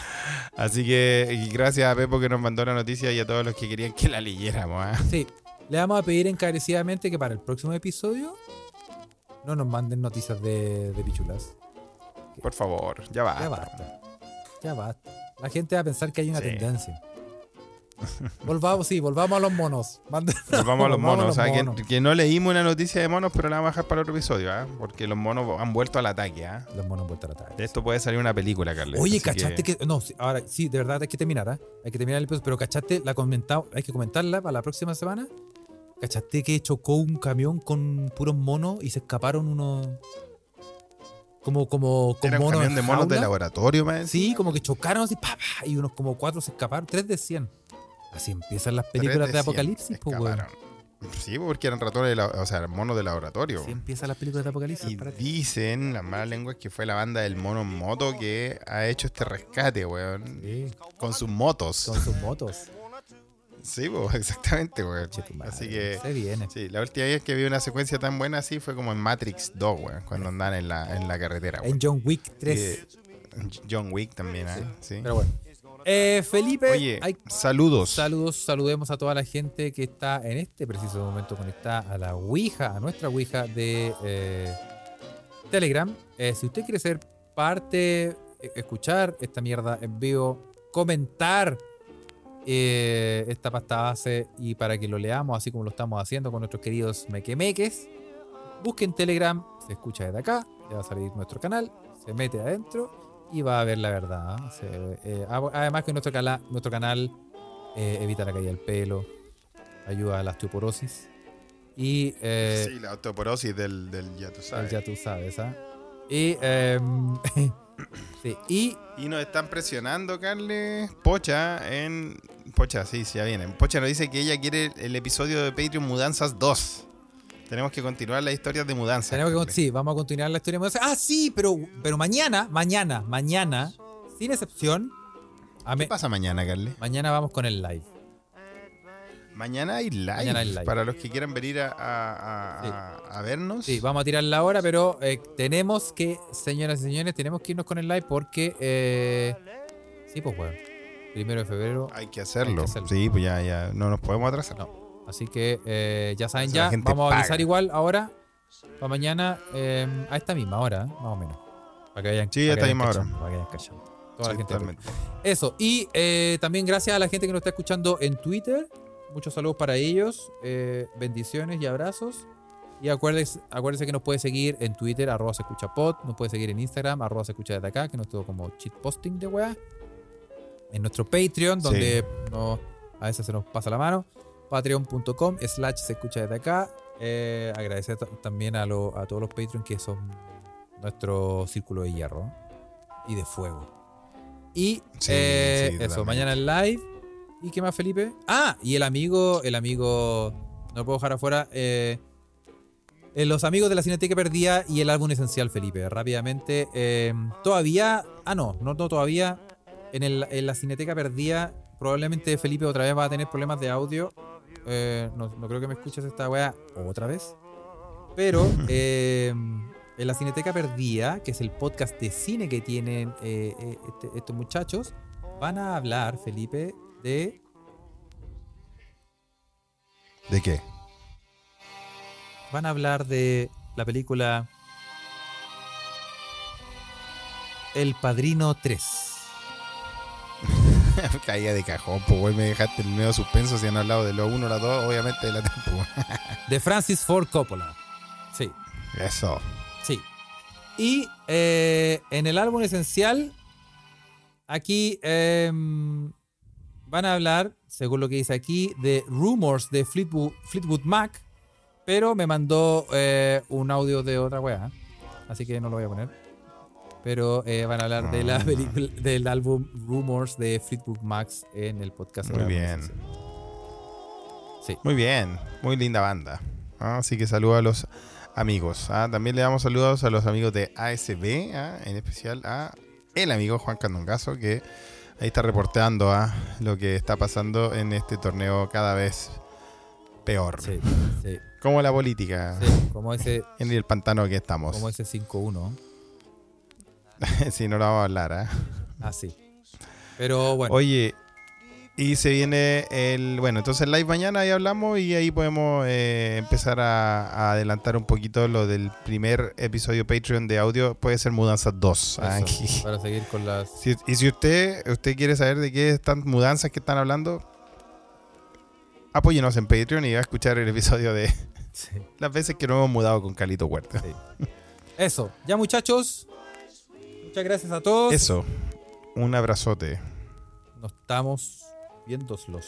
S2: Así que y gracias a Pepo que nos mandó la noticia y a todos los que querían que la leyéramos. ah.
S3: sí, le vamos a pedir encarecidamente que para el próximo episodio no nos manden noticias de, de pichulas.
S2: Por favor, ya
S3: Ya
S2: va.
S3: basta. Ya basta. La gente va a pensar que hay una
S2: Sí.
S3: tendencia. Volvamos, sí, volvamos a los monos. Manden-
S2: Vamos a los monos. o sea, que-
S3: monos.
S2: Que, no leímos una noticia de monos, pero la vamos a dejar para otro episodio, ¿ah? Porque los monos han vuelto al ataque, ¿ah?
S3: Los monos vuelta a la
S2: De esto puede salir una película, Carlos.
S3: Oye,
S2: así
S3: ¿cachaste que... No, sí, ahora sí, de verdad hay que terminar, ¿ah? Hay que terminar el episodio, pero ¿cachaste? La comentado, hay que comentarla para la próxima semana. ¿Cachaste que chocó un camión con puros monos y se escaparon unos... Como, como, como
S2: Era un camión de monos de
S3: jaula?
S2: laboratorio, man.
S3: Sí, como que chocaron así, pa, pa, y unos como cuatro se escaparon, tres de cien. Así empiezan las películas de, apocalipsis, pues, weón.
S2: Sí, pues, porque eran ratones, de la- o sea, eran monos de laboratorio.
S3: Así empiezan las películas de apocalipsis.
S2: Y
S3: espérate.
S2: dicen, las malas lenguas, que fue la banda del mono en moto que ha hecho este rescate, weón.
S3: Sí,
S2: Con sus motos.
S3: con sus motos.
S2: Sí, po, exactamente, weón.
S3: Che, tu madre,
S2: Así que,
S3: Se viene.
S2: sí, la última vez que vi una secuencia tan buena así fue como en Matrix 2, weón, cuando andan en la, en la carretera,
S3: En
S2: weón.
S3: John Wick
S2: Y,
S3: 3.
S2: pues. eh, John Wick también, ¿ah? Sí.
S3: Pero bueno. Eh, Felipe,
S2: Oye,
S3: hay
S2: saludos.
S3: saludos, saludemos a toda la gente que está en este preciso momento conectada a la Ouija, a nuestra Ouija de eh, Telegram. Eh, si usted quiere ser parte, e- escuchar esta mierda en vivo, comentar eh, esta pasta base y para que lo leamos así como lo estamos haciendo con nuestros queridos mequemeques, busquen Telegram, se escucha desde acá, le va a salir nuestro canal, se mete adentro y va a ver la verdad. ¿ah? Se- eh, ab- además que nuestro, cala- nuestro canal eh, evita la caída del pelo, ayuda a la osteoporosis y... eh,
S2: Sí, la osteoporosis del, del ya tú
S3: el
S2: sabes.
S3: ya tú sabes, ¿ah? Y, em, sí, y
S2: Y nos están presionando, Carles. Pocha en. Pocha, sí, sí, ya vienen. Pocha nos dice que ella quiere el episodio de Patreon Mudanzas 2. Tenemos que continuar las historias de mudanzas.
S3: tenemos que con-
S2: Carles.
S3: sí, vamos a continuar la historia. de Moisés. Ah, sí, pero, pero mañana, mañana, mañana, sin excepción, a me-
S2: ¿Qué pasa mañana, Carles?
S3: mañana vamos con el live.
S2: Mañana hay live.
S3: Mañana hay live.
S2: Para los que quieran venir a, a- a- a vernos.
S3: Sí, vamos a tirar la hora, pero eh, tenemos que, señoras y señores, tenemos que irnos con el live porque, eh, sí, pues bueno, primero de febrero,
S2: Hay que hacerlo.
S3: Hay que hacerlo.
S2: Sí, pues ya, ya. No nos podemos atrasar.
S3: No. Así que eh, ya saben
S2: Eso la
S3: ya,
S2: gente
S3: vamos a
S2: paga.
S3: avisar igual ahora para mañana eh, a esta misma hora, ¿eh? más o menos. Para que vayan
S2: Sí,
S3: para
S2: a
S3: que
S2: esta
S3: vayan cachando,
S2: misma hora.
S3: Para que vayan cachando. Toda la
S2: Sí,
S3: gente.
S2: totalmente.
S3: Eso. Y eh, también gracias a la gente que nos está escuchando en Twitter. Muchos saludos para ellos. eh, bendiciones y abrazos. Y acuérdense, acuérdense que nos puede seguir en Twitter, arroba se escucha pod. Nos puede seguir en Instagram, arroba se escucha desde acá, que no es todo como cheat posting de weá. En nuestro Patreon,
S2: Sí.
S3: donde no, a veces se nos pasa la mano. Patreon.com slash se escucha desde acá. Eh, agradecer ta- también a, lo- a todos los Patreon que son nuestro círculo de hierro y de fuego. Y
S2: Sí,
S3: eh,
S2: sí,
S3: eso,
S2: totalmente.
S3: mañana el live. ¿Y qué más, Felipe? Ah, y el amigo, el amigo, no lo puedo dejar afuera. eh, eh, los amigos de la Cineteca Perdida y el álbum esencial, Felipe. Rápidamente, eh, todavía, ah, no, no, no, todavía. En, el- en la Cineteca Perdida, probablemente Felipe otra vez va a tener problemas de audio. Eh, no, no creo que me escuches esta weá otra vez. Pero eh, en la Cineteca Perdida, que es el podcast de cine que tienen eh, eh, este- estos muchachos, van a hablar, Felipe, de.
S2: ¿De qué?
S3: Van a hablar de la película El Padrino 3.
S2: Caía de cajón, pues, güey. Me dejaste el medio suspenso si han hablado de lo uno, la dos, obviamente de la tiempo.
S3: De Francis Ford Coppola. Sí.
S2: Eso.
S3: Sí. Y eh, en el álbum esencial, aquí em, van a hablar, según lo que dice aquí, de Rumors de Fleetwood, Fleetwood Mac, pero me mandó eh, un audio de otra weá, así que no lo voy a poner. Pero eh, van a hablar de la
S2: Ah.
S3: película, del álbum Rumors de Fleetwood Mac en el podcast.
S2: Muy
S3: del álbum
S2: bien.
S3: esencial.
S2: Muy bien, muy linda banda. Ah, Así que saludos a los amigos. Ah, También le damos saludos a los amigos de ASB, ah, en especial a el amigo Juan Candongazo, que ahí está reporteando a lo que está pasando en este torneo cada vez peor.
S3: Sí, sí,
S2: Como la política
S3: sí, Como ese,
S2: en el pantano que estamos.
S3: como ese 5-1.
S2: si no lo vamos a hablar. ah.
S3: Así. Pero bueno.
S2: Oye, Y se viene el. Bueno, entonces live mañana ahí hablamos y ahí podemos eh, empezar a, a adelantar un poquito lo del primer episodio Patreon de audio. Puede ser Mudanzas 2.
S3: Eso,
S2: aquí.
S3: para seguir con las.
S2: Si- y si usted, usted quiere saber de qué están mudanzas que están hablando, apóyenos en Patreon y va a escuchar el episodio de
S3: Sí.
S2: las veces que nos hemos mudado con Calito Huerta.
S3: Eso. Ya, muchachos. Muchas gracias a todos.
S2: Eso. Un abrazote.
S3: Nos estamos viéndoslos.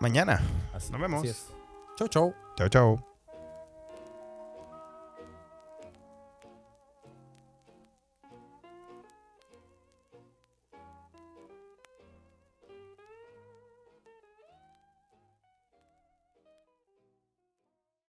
S2: Mañana.
S3: Así,
S2: Nos vemos.
S3: así es. Chau, chau.
S2: Chao, chao.